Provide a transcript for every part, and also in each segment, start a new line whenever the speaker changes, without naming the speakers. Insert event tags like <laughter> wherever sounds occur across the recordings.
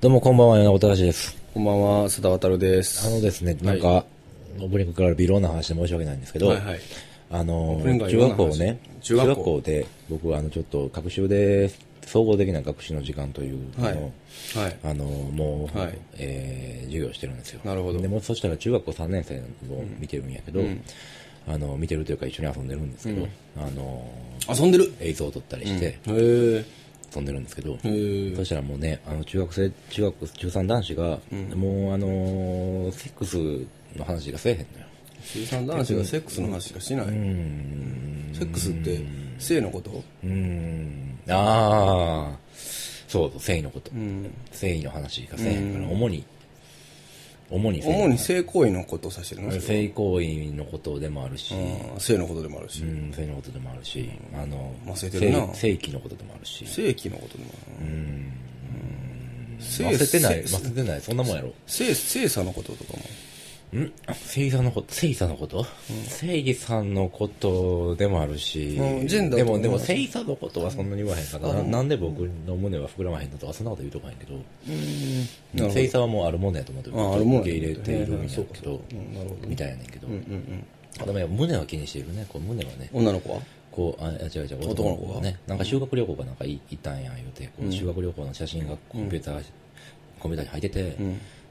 どうもこんばんは、米子正です。
こんばんは、須田渡で
あ
す。
のですね、なん
は
か、オープニングから微妙な話で申し訳ないんですけど、
はいはい
あの
プニン
ー、
グは
中
微妙
学
な話
校ね、中
中学
学
校
校で、僕はあの、ちょっと、学習で、総合的な学習の時間というのを、
はいはい。
あのー、もう、
はい
えー授業してるんですよ。
なるほど
でも、そしたら中学校3年生を見てるんやけど、あの、見てるというか一緒に遊んでるんですけど、あの
遊んでる
ー、映像を撮ったりして、
へえ。
遊んでるんですけど、
へ
そしたらもうね、あの中学生、中学、中3男子が、もうあのーセックスの話がせえへんのよ。
水産男子がセックスの話しかしない。セックスって、性のこと
うーん、ああ、そうそう、誠意のこと。
うん。
誠意の話がせえへんから、主に、主に
主に性行為のことを指してるの
性行為のことでもあるし、
うん性のことでもあるし
う、ん、性のことでもあるし、あの、
まあ性的な
性性器のことでもあるし、
性器のことでもあるな。性
忘れてない、
性
忘れてない、そんなもんやろ。
性性差のこととかも。
ん正義さんのこと正義さんのこと、正義さんのことでもあるし、
うんジェンダー
で
とか
も
も
でも正義さんのことはそんなに言わへんから、なんで僕の胸は膨らまへんのとかそんなこと言うとかへんけど、
なるほ
正義さんはもうあるもんやと思って僕
ああるもんや
受け入れているんやけど、
うんなるほど
みたいやねんけど、あでもやっぱ胸は気にしているねこう胸はね
ど。女の子は
こうあ違う違う
男の子が
ねなんか修学旅行かなんかい行ったんや言うてこう修学旅行の写真がコンピューター、コンピューターに入ってて、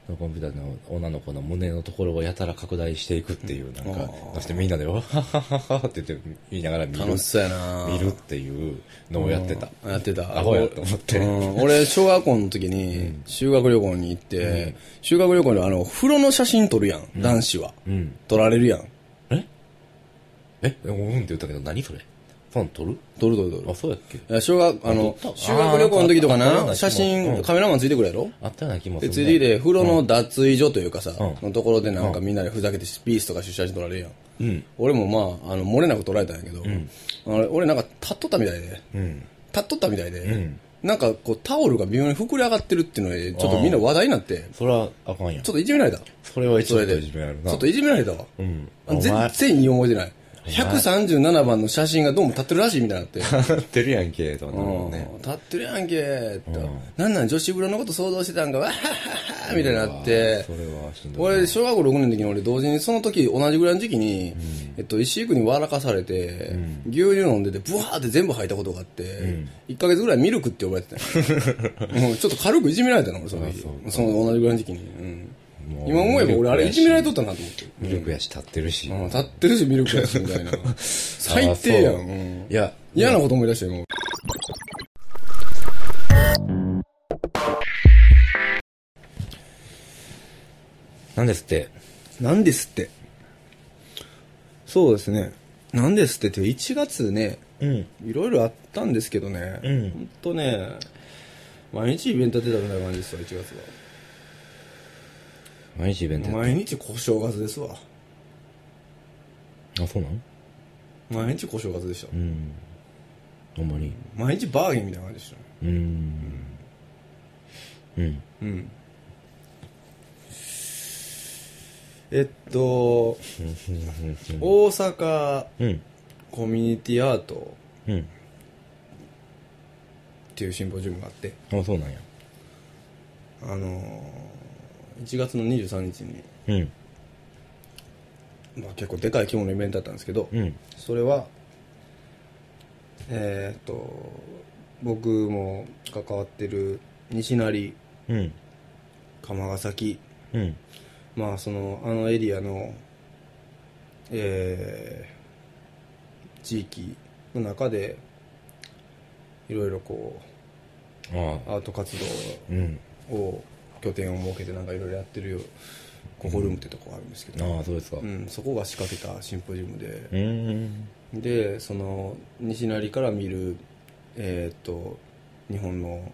そのコンピューターの女の子の胸のところをやたら拡大していくっていうなんか、そしてみんなで「わはははは」って言って言いながら見る
楽しそうやな
見るっていうのをやってた、
やってた。
アホやと思って
うん俺、小学校の時に、修学旅行に行って、修学旅行のあの、風呂の写真撮るやん、男子は。
うん
撮られるやん。
ええうんって言ったけど何それファン撮る
撮る撮る撮る
あ。そうやっけ
いや小学、あの
撮っ、た
修学旅行の時とか
あーなん
な、
か
写
う
真、
ん
カメラマンついてくるやろ
あったような気もす
で、
る、ね、
ついてきて、風呂の脱衣所というかさ、
う
のところでなんかみんなでふざけてピースとか出社して撮られるやん。
うん
俺もまあ、あの、漏れなく撮られたんやけど、あれ俺なんか立っとったみたいで、
うん
立っとったみたいで、
ん
なんかこうタオルが微妙に膨れ上がってるっていうので、ちょっとみんな話題になって、
それはあかんやん
ちょっといじめられた。
それは一
それ
応
で。
いじ
ち
められるな
ょっといじめられたわ。
うん
あ全然いい思い出ない。
前
137番の写真がどうも立ってるらしいみたいになって。
立 <laughs> ってるやんけとかなるもんね
うん立ってるやんけーって、
うん
なんなん女子風呂のこと想像してたんかわはははみたいになっ
うわ
て
それはしんどい
俺小学校6年の時に俺同時にその時同じぐらいの時期に、えっと、石井君に笑かされて、牛乳飲んでてブワーって全部吐いたことがあって、1ヶ月ぐらいミルクって呼ば
<laughs>
れてたよ、うんちょっと軽くいじめられたの俺その時その同じぐらいの時期に、うん
もう
今思えば俺あれいじめられとったなと思って、
ミルクやし立ってるし、
うん立ってるしミルクやし
<laughs>
みたいな最低やん、
あそう
うん
いや
嫌なこと思い出したよもう
なんですって
なんですって。そうですね。なんですってって、1月ね、
うん
いろいろあったんですけどね、
うん
ほんとね、毎日イベント出たみたいな感じですわ、1月
毎日イベント
は。毎日小正月ですわ。
あそうなん
毎日小正月でした
う。んほんまに
毎日バーゲンみたいな感じでした。
うんうん
うん。えっと、大阪
うん
コミュニティアート
うん
っていうシンポジウムがあって、
あそうなんや
あのー、1月の23日に、
うん
まあ、結構でかい規模のイベントだったんですけど、
うん
それはえーっと僕も関わってる西成
うん
釜ヶ崎
うん
まあそのあのエリアのえー地域の中でいろいろこ
あ
うアート活
あうん
動を拠点を設けてなんかいろいろやってるよコホルムってとこがあるんですけど、
ああそうですか
うんそこが仕掛けたシンポジウムで、
うん
でその西成から見るえーっと日本の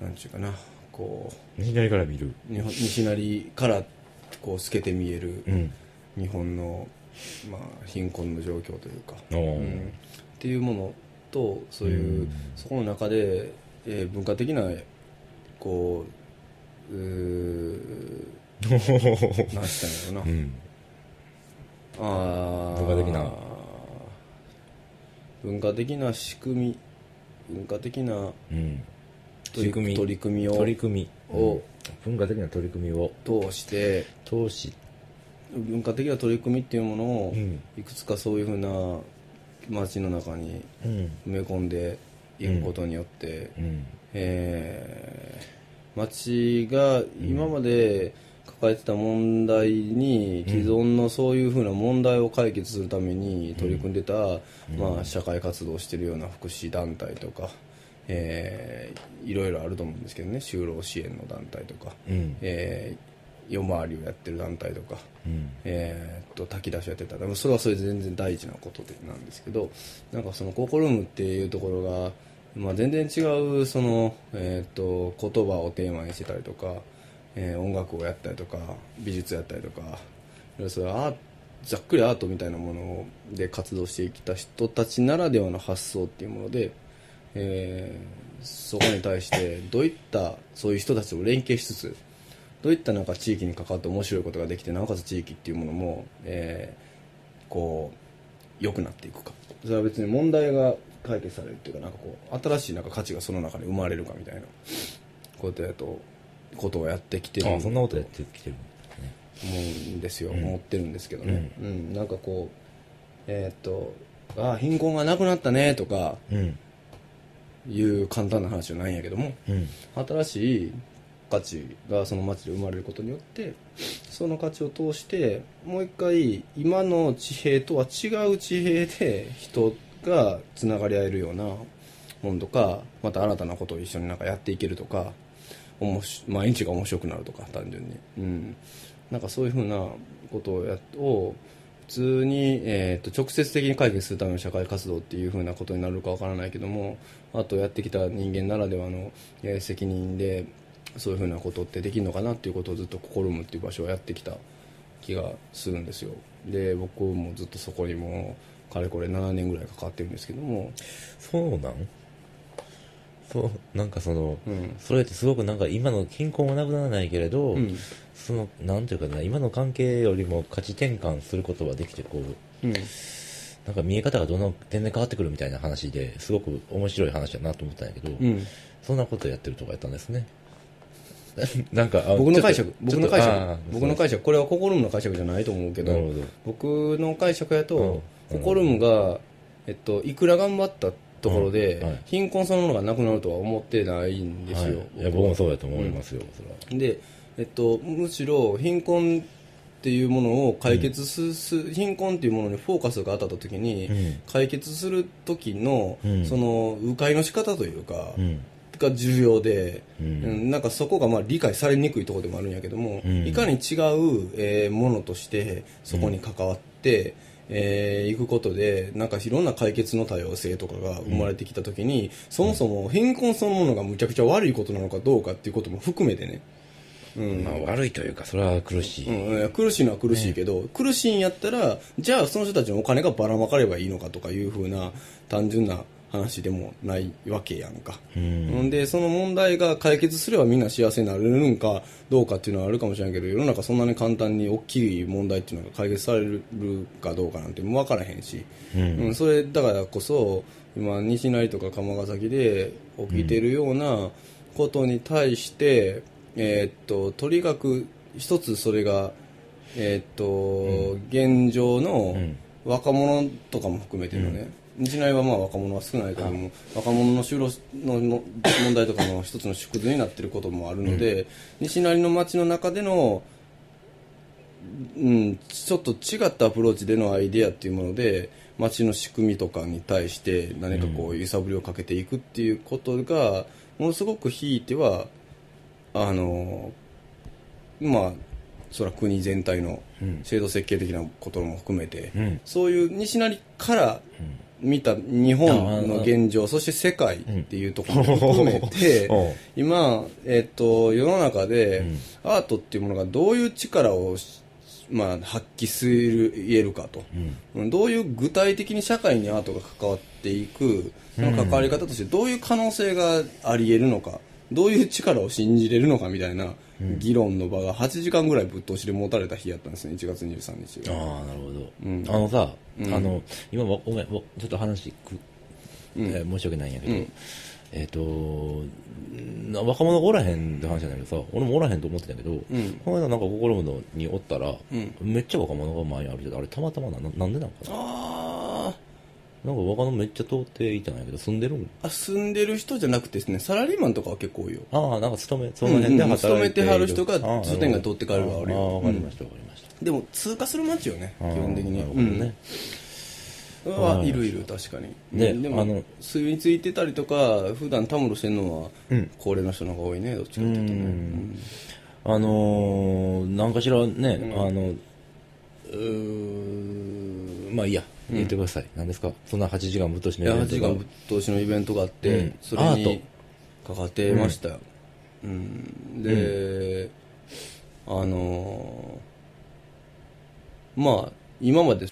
なんちゅうかなこ
左から見る
う日本西成からこう透けて見える
うん
日本の、まあ、貧困の状況というか、
おお
うんっていうものとそういう、
うん
そこの中で、えー文化的なこううーなんしたんやろうな、
うん
あー
文化的な
文化的な仕組み文化的な
うん取り組み
取り組みを
取り組み
を
うん文化的な取り組みを
通して
通し
文化的な取り組みっていうものを
うん
いくつかそういうふうな街の中に
うん
埋め込んでいくことによって、
うん
えー、町が今まで抱えてた問題に既存のそういうふうな問題を解決するために取り組んでた、まあ、社会活動をしているような福祉団体とか、えーいろいろあると思うんですけどね就労支援の団体とか、
うん
えー夜回りをやってる団体とか、
うん
えーっと炊き出しをやってたでもそれはそれで全然大事なことでなんですけどなんかそのココルームっていうところが、まあ、全然違うその、えーっと言葉をテーマにしてたりとか、えー音楽をやったりとか美術やったりとかそれはアーざっくりアートみたいなもので活動してきた人たちならではの発想っていうもので、えーそこに対してどういったそういう人たちと連携しつつどういったなんか地域に関わって面白いことができてなおかつ地域っていうものも、えーこう良くなっていくかそれは別に問題が解決されるっていうかなんかこう新しいなんか価値がその中に生まれるかみたいなことやとことをやってきてる
あそんなことやってきてるんですね
思うんですよ、思ってるんですけどね、うんなんかこうえーっと「ああ貧困がなくなったね」とか
うん
いう簡単な話はないんやけども
うん
新しい価値がその街で生まれることによってその価値を通してもう一回今の地平とは違う地平で人がつながり合えるようなもんとかまた新たなことを一緒になんかやっていけるとかおもし毎日が面白くなるとか単純に、うん、なんかそういうふうなことをやっを普通に、えー、と直接的に解決するための社会活動っていうふうなことになるかわからないけどもあとやってきた人間ならではの、えー責任でそういうふうなことってできるのかなっていうことをずっと試むっていう場所をやってきた気がするんですよで僕もずっとそこにもうかれこれ7年ぐらいかかってるんですけども、
そうなんそうなんかその、
うん
それってすごくなんか今の貧困はなくならないけれど、
うん
そのなんていうかな今の関係よりも価値転換することができてこう
うん、
なんか見え方がどんどん全然変わってくるみたいな話ですごく面白い話だなと思ったんやけど、
うん
そんなことやってるとかやったんですねなんかあ
僕
ちょ
の
っと
解釈
ち
僕
ょっと
の解
あ
釈
ー
僕の解釈これは心の解釈じゃないと思うけど
なるほど
僕の解釈やと、
うん
ココルムが、えっと、いくら頑張ったところで、
うんはい
貧困そのものがなくなるとは思ってないんですよ、
はい、いや僕もそうだと思いますよ、それは
で、えっと、むしろ貧困っていうものを解決する、貧困っていうものにフォーカスが当たった時に、
うん
解決する時の、
うん
その迂回の仕方というか、
うん
が重要で、
う
うんんなんかそこがまあ理解されにくいところでもあるんやけども、
うん
いかに違う、えーものとしてそこに関わって、えーいくことでなんかいろんな解決の多様性とかが生まれてきた時に、そもそも貧困そのものがむちゃくちゃ悪いことなのかどうかっていうことも含めてね、うん
まあ悪いというかそれは苦しい、
うん、いや苦しいのは苦しいけど、苦しいんやったらじゃあその人たちのお金がばらまかればいいのかとかいうふうな単純な話でもないわけやんか、
ん
でその問題が解決すればみんな幸せになれるんかどうかっていうのはあるかもしれないけど世の中そんなに簡単に大きい問題っていうのが解決されるかどうかなんて分からへんし、
うん
うん、それだからこそ今西成とか釜ヶ崎で起きてるようなことに対して、えーっととにかく一つそれが、えーっと現状の
ん
若者とかも含めてのね、西成はまあ若者は少ないけども若者の就労のの問題とかの一つの縮図になってることもあるので、西成の街の中でのうん、ちょっと違ったアプローチでのアイデアっていうもので街の仕組みとかに対して何かこう揺さぶりをかけていくっていうことがものすごくひいてはあのまあそら国全体の
うん
制度設計的なことも含めて、
うん
そういう西成から見た日本の現状そして世界っていうところも含め
<laughs>
て、
うん
今、えっと世の中でアートっていうものがどういう力を、まあ、発揮する言えるかと、うんどういう具体的に社会にアートが関わっていくその関わり方としてどういう可能性があり得るのかどういう力を信じれるのかみたいな議論の場が8時間ぐらいぶっ通しで持たれた日やったんですね1月23日が。
ああなるほど、
うん
あのさ、あの今わごめんわちょっと話く、えー申し訳ないんやけど、
うん
えっ、とな若者がおらへんって話じゃないけどさ俺もおらへんと思ってたけど、
うん
この間なんか心ものにおったら、
うん
めっちゃ若者が前に歩いててあれたまたまなななんでなんかな
あ
なんか若者めっちゃ通っていたんやけど住んでるん
ーあ住んでる人じゃなくてですねサラリーマンとかは結構多いよ
ああなんか勤めその辺で働いてい
うんうん勤めてはる人が通天街通って帰る
わ
はあるよ
ああわかりましたわかりました
でも通過する街よね基
ああ
本的に
なるほどね、
うんうわいるいる確かに
ね
うんでも
あの
水についてたりとか普段たむろしてるのは
うん
高齢の人の方が多いねどっちかっていうとね
う
うんん
あのー、なんかしらね、あの、うーまあいいや、言ってください。何ですかそんな8時間ぶっ通し
い
の
や
イベン
8
ト
時
が
間ぶっ通しのイベントがあっ
う
て
ん
それ
アー
にかかってましたようんであのーまあ今まで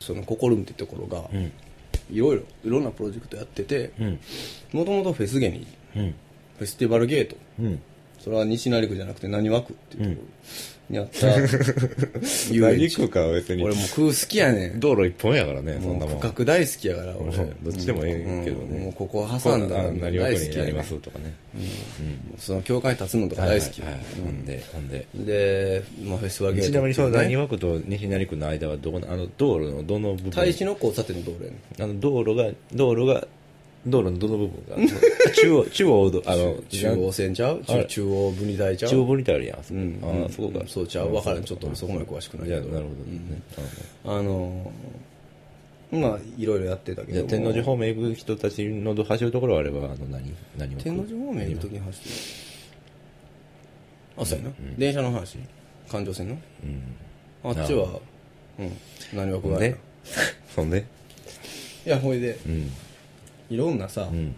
その心ってところが
うん。
いろいろいろんなプロジェクトやってて
うん。
もともとフェスゲに
うん。
フェスティバルゲート
うん。
それは西成区じゃなくて何枠っていうところにあった遊園地
かは別
俺もう食う好きやねん
道路一本やからね、そ
も
ん
う
なもん。
区画大好きやから俺
うんどっちでもええけど
うんもう
ね。
ここ挟んだら
あ何をこ
大好
に
き
や
や
り
ね
ま
ん
すとかね。
その教会に立つのとか大好き
はいはいはいほんで、ほんで。
でまあフェスティバルゲート
ちなみにその
ってい
何
うね
枠と西成区の間はどこなあの道路のどの部分
大使の交差点のところやねん
あの道路が道路が道路のどの部分が中央中央道あの
中央線ちゃう
あ
中
れ
中央分離帯ちゃう
中央ボニタリアン、
うん
ああそこ
う
が
んそうちゃう分からんちょっと俺そこまで詳しくない
じゃ
け
あ
ど
なるほどね、
あのーまあいろいろやってたけ
じゃ
ど
あ
も
天王寺方面行く人たちの走るところはあればあの何何
天王寺方面行く時に走ってるあそうやな、電車の話環状線の、あっちはうん何枠
ほん
がある
でほんで
いやほいで
うん
いろんなさ、
うん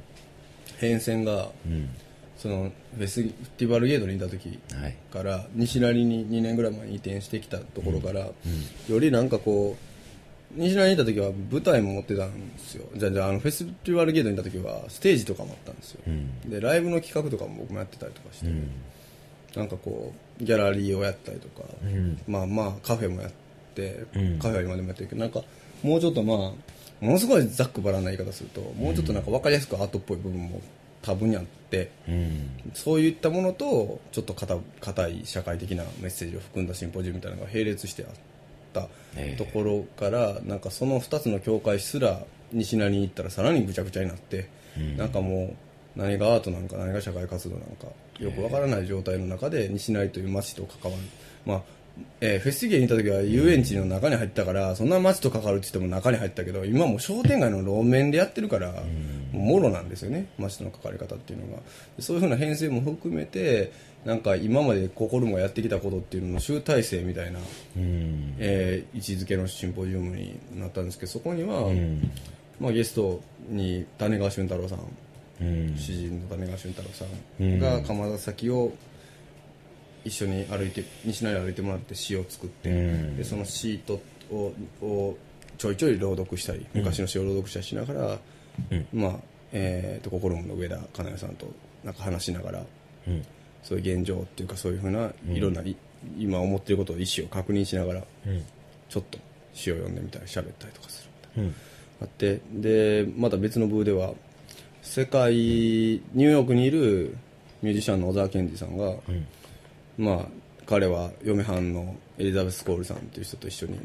変遷が
うん
そのフェスティバルゲートにいた時
はい
から西成に2年ぐらい前に移転してきたところから、よりなんかこう西成にいた時は舞台も持ってたんですよじゃあじゃああのフェスティバルゲートにいた時はステージとかもあったんですよ、
うん
でライブの企画とかも僕もやってたりとかして、
うん
なんかこうギャラリーをやったりとか、
ん
まあまあカフェもやって、
うん
カフェは今でもやってるけどなんかもうちょっとまあものすごいざっくばらんな言い方するともうちょっとなんか分かりやすくアートっぽい部分も多分にあって
うん
そういったものとちょっと硬硬い社会的なメッセージを含んだシンポジウムみたいなのが並列してあった
ええ
ところから、なんかその2つの境界すら西成に行ったらさらにぐちゃぐちゃになって、
うん
なんかもう何がアートなんか何が社会活動なんかよくわからない状態の中で西成という街と関わる、まあえーフェスティゲに行った時は遊園地の中に入ったから、そんな街と関わるって言っても中に入ったけど今もう商店街の路面でやってるから、もろなんですよね街との関わり方っていうのがでそういうふうな編成も含めてなんか今まで心もやってきたことっていうのの集大成みたいな、
うん
えー位置づけのシンポジウムになったんですけどそこには、
うん
まあ、ゲストに種川俊太郎さん
うん
詩人の種川俊太郎さ
うん
んが鎌田先を一緒に歩いて西成歩いてもらって詩を作って、
うん
でその詩とををちょいちょい朗読したり昔の詩を朗読したりしながら、
うん
まあえー、と心の上田かなえさんとなんか話しながら
うん
そういう現状っていうかそういうふうないろんない、今思ってることを意思を確認しながら
うん
ちょっと詩を読んでみたり喋ったりとかするみたいな。
うん
あってでまた別の部では世界ニューヨークにいるミュージシャンの小沢健二さんが、
ん
まあ彼は嫁はんのエリザベス・コールさんという人と一緒に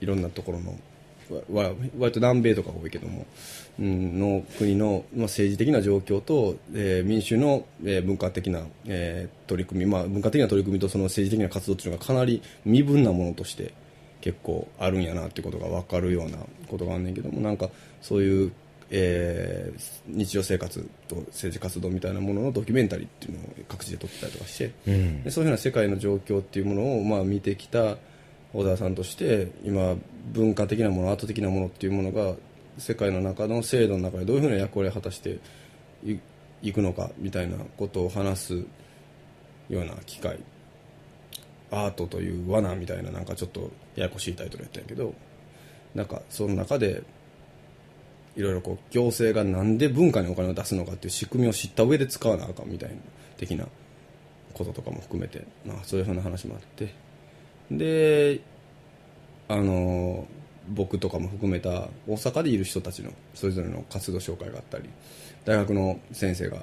いろんなところのわわ割と南米とかが多いけども、うん、の国の、まあ、政治的な状況と、えー民主の、えー文化的な、えー取り組み、まあ、文化的な取り組みとその政治的な活動というのがかなり身分なものとして結構あるんやなってことが分かるようなことがあんねんけどもなんかそういう、えー日常生活と政治活動みたいなもののドキュメンタリーっていうのを各地で撮ってたりとかして。
うん
でそういうふうな世界の状況っていうものをまあ見てきた小沢さんとして今文化的なものアート的なものっていうものが世界の中の制度の中でどういうふうな役割を果たしていいくのかみたいなことを話すような機会アートという罠みたいななんかちょっとややこしいタイトルやったんやけどなんかその中でいろいろこう行政がなんで文化にお金を出すのかっていう仕組みを知った上で使わなあかんみたいな的なこととかも含めてなそういうふうな話もあってであの僕とかも含めた大阪でいる人たちのそれぞれの活動紹介があったり大学の先生が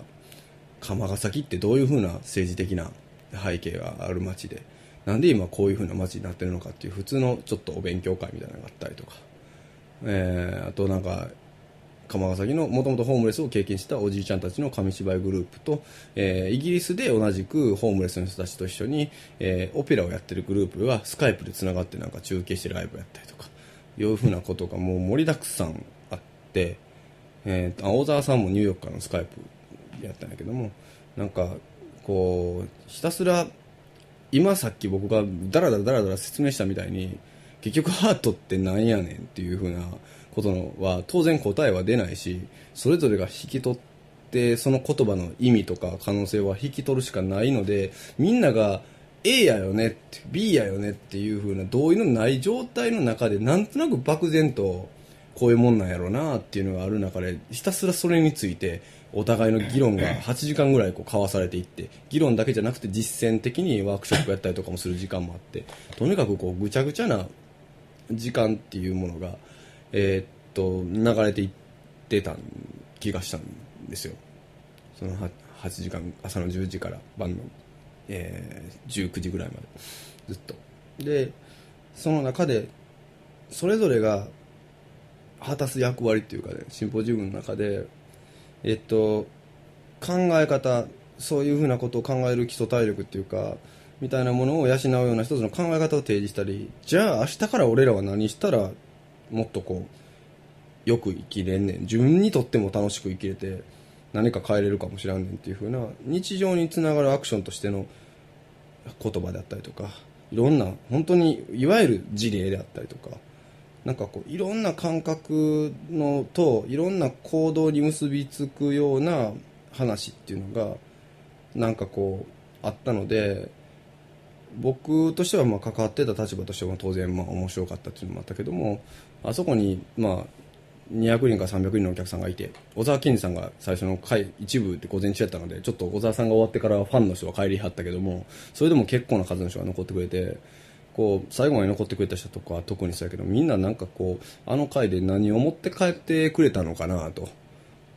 釜ヶ崎ってどういうふうな政治的な背景がある街でなんで今こういうふうな街になってるのかっていう普通のちょっとお勉強会みたいなのがあったりとか、えー、あとなんか釜ヶ崎のもともとホームレスを経験したおじいちゃんたちの紙芝居グループと、えー、イギリスで同じくホームレスの人たちと一緒に、えー、オペラをやってるグループがスカイプでつながってなんか中継してライブやったりとかいうふうなことがもう盛りだくさんあって、えー、青沢さんもニューヨークからのスカイプやったんだけどもなんかこうひたすら今さっき僕がダラダラダラダラ説明したみたいに結局アートってなんやねんっていうふうなことのは当然答えは出ないしそれぞれが引き取ってその言葉の意味とか可能性は引き取るしかないのでみんなが A やよねって B やよねっていう風な同意のない状態の中でなんとなく漠然とこういうもんなんやろうなっていうのがある中でひたすらそれについてお互いの議論が8時間ぐらいこう交わされていって議論だけじゃなくて実践的にワークショップやったりとかもする時間もあってとにかくこうぐちゃぐちゃな時間っていうものがえー、っと流れていってた気がしたんですよその 8, 8時間朝の10時から晩の、えー、19時ぐらいまでずっとでその中でそれぞれが果たす役割っていうかねシンポジウムの中でえー、っと考え方そういうふうなことを考える基礎体力っていうかみたいなものを養うような一つの考え方を提示したりじゃあ明日から俺らは何したらもっとこうよく生きれんねん自分にとっても楽しく生きれて何か変えれるかもしらんねんっていう風な日常につながるアクションとしての言葉であったりとかいろんな本当にいわゆる事例であったりとかなんかこういろんな感覚のといろんな行動に結びつくような話っていうのがなんかこうあったので僕としてはまあ関わってた立場としても当然まあ面白かったっていうのもあったけどもあそこにまあ200人か300人のお客さんがいて小沢健二さんが最初の会一部で午前中やったのでちょっと小沢さんが終わってからファンの人は帰りはったけどもそれでも結構な数の人が残ってくれてこう最後まで残ってくれた人とか特にそうやけどみんななんかこうあの会で何を持って帰ってくれたのかなと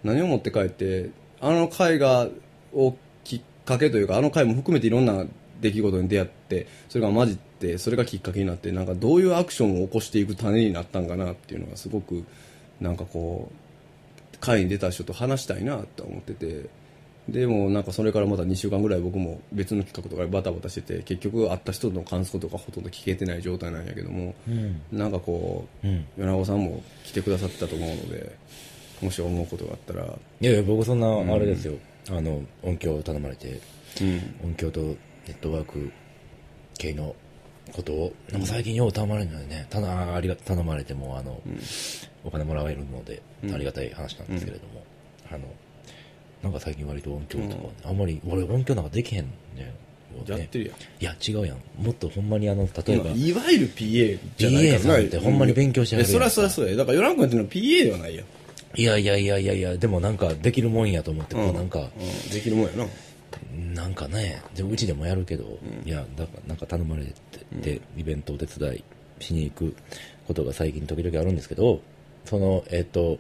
何を持って帰ってあの会がをきっかけというかあの会も含めていろんな出来事に出会ってそれが混じってそれがきっかけになってなんかどういうアクションを起こしていく種になったんかなっていうのがすごくなんかこう会に出た人と話したいなと思っててでもなんかそれからまた2週間ぐらい僕も別の企画とかでバタバタしてて結局会った人の感想とかほとんど聞けてない状態なんやけども、うん、なんかこう、うん、米子さんも来てくださったと思うのでもし思うことがあったら
いやいや僕そんなあれですよ、うん、あの音響を頼まれて、うん、音響とネットワーク系のことを、なんか最近よう頼まれるのでね、ただありが頼まれてもあの、うん、お金もらえるので、ありがたい話なんですけれども、うん、あの、なんか最近割と音響とか、うん、あんまり俺音響なんかできへんね。
やってるやん。い
や、違うやん。もっとほんまにあの、例えば。
いわゆる PA
じゃないか PA さんってほんまに勉強して
はるやん。そりゃそりゃそうや。だから、ヨラン君ってのは PA ではないや
いやいやいやいやいや、でもなんかできるもんやと思って、こうなんか、
できるもんやな。
なんかね、でうちでもやるけど、うん、いや、だかなんか頼まれて、で、イベントお手伝いしに行くことが最近時々あるんですけど、その、えっ、ー、と、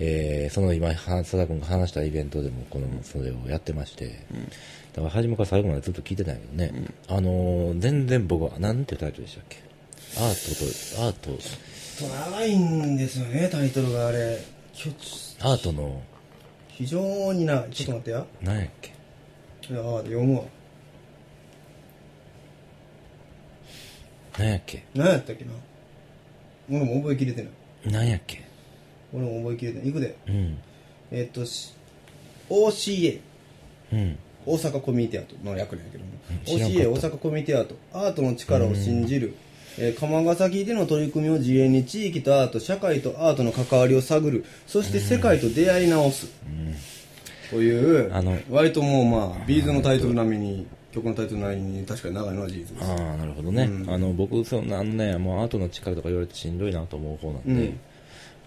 えー、その今、佐田君が話したイベントでも、この、それをやってまして、うん、だから初めから最後までずっと聞いてたんやけどね、うん、あのー、全然僕は、なんていうタイトルでしたっけアートと、アート。
ちょっと長いんですよね、タイトルがあれ。
アートの、
非常にな、ちょっと待ってや。
何やっけ
いや読むわ
何やっけ
何やったっけな俺も覚えきれてない
何やっけ
俺も覚えきれてないいくで、
うん、
えっと OCA、
うん、
大阪コミュニティアートの略なんやけども、ね、OCA 大阪コミュニティアートアートの力を信じる、えー釜ヶ崎での取り組みを事例に地域とアート社会とアートの関わりを探るそして世界と出会い直す、という
あの
割ともうまあビーズのタイトル並みに曲のタイトル並みに確かに長いのは事実です
ああなるほどね、あの僕そんなあのねもうアートの力とか言われてしんどいなと思う方なんで、
うん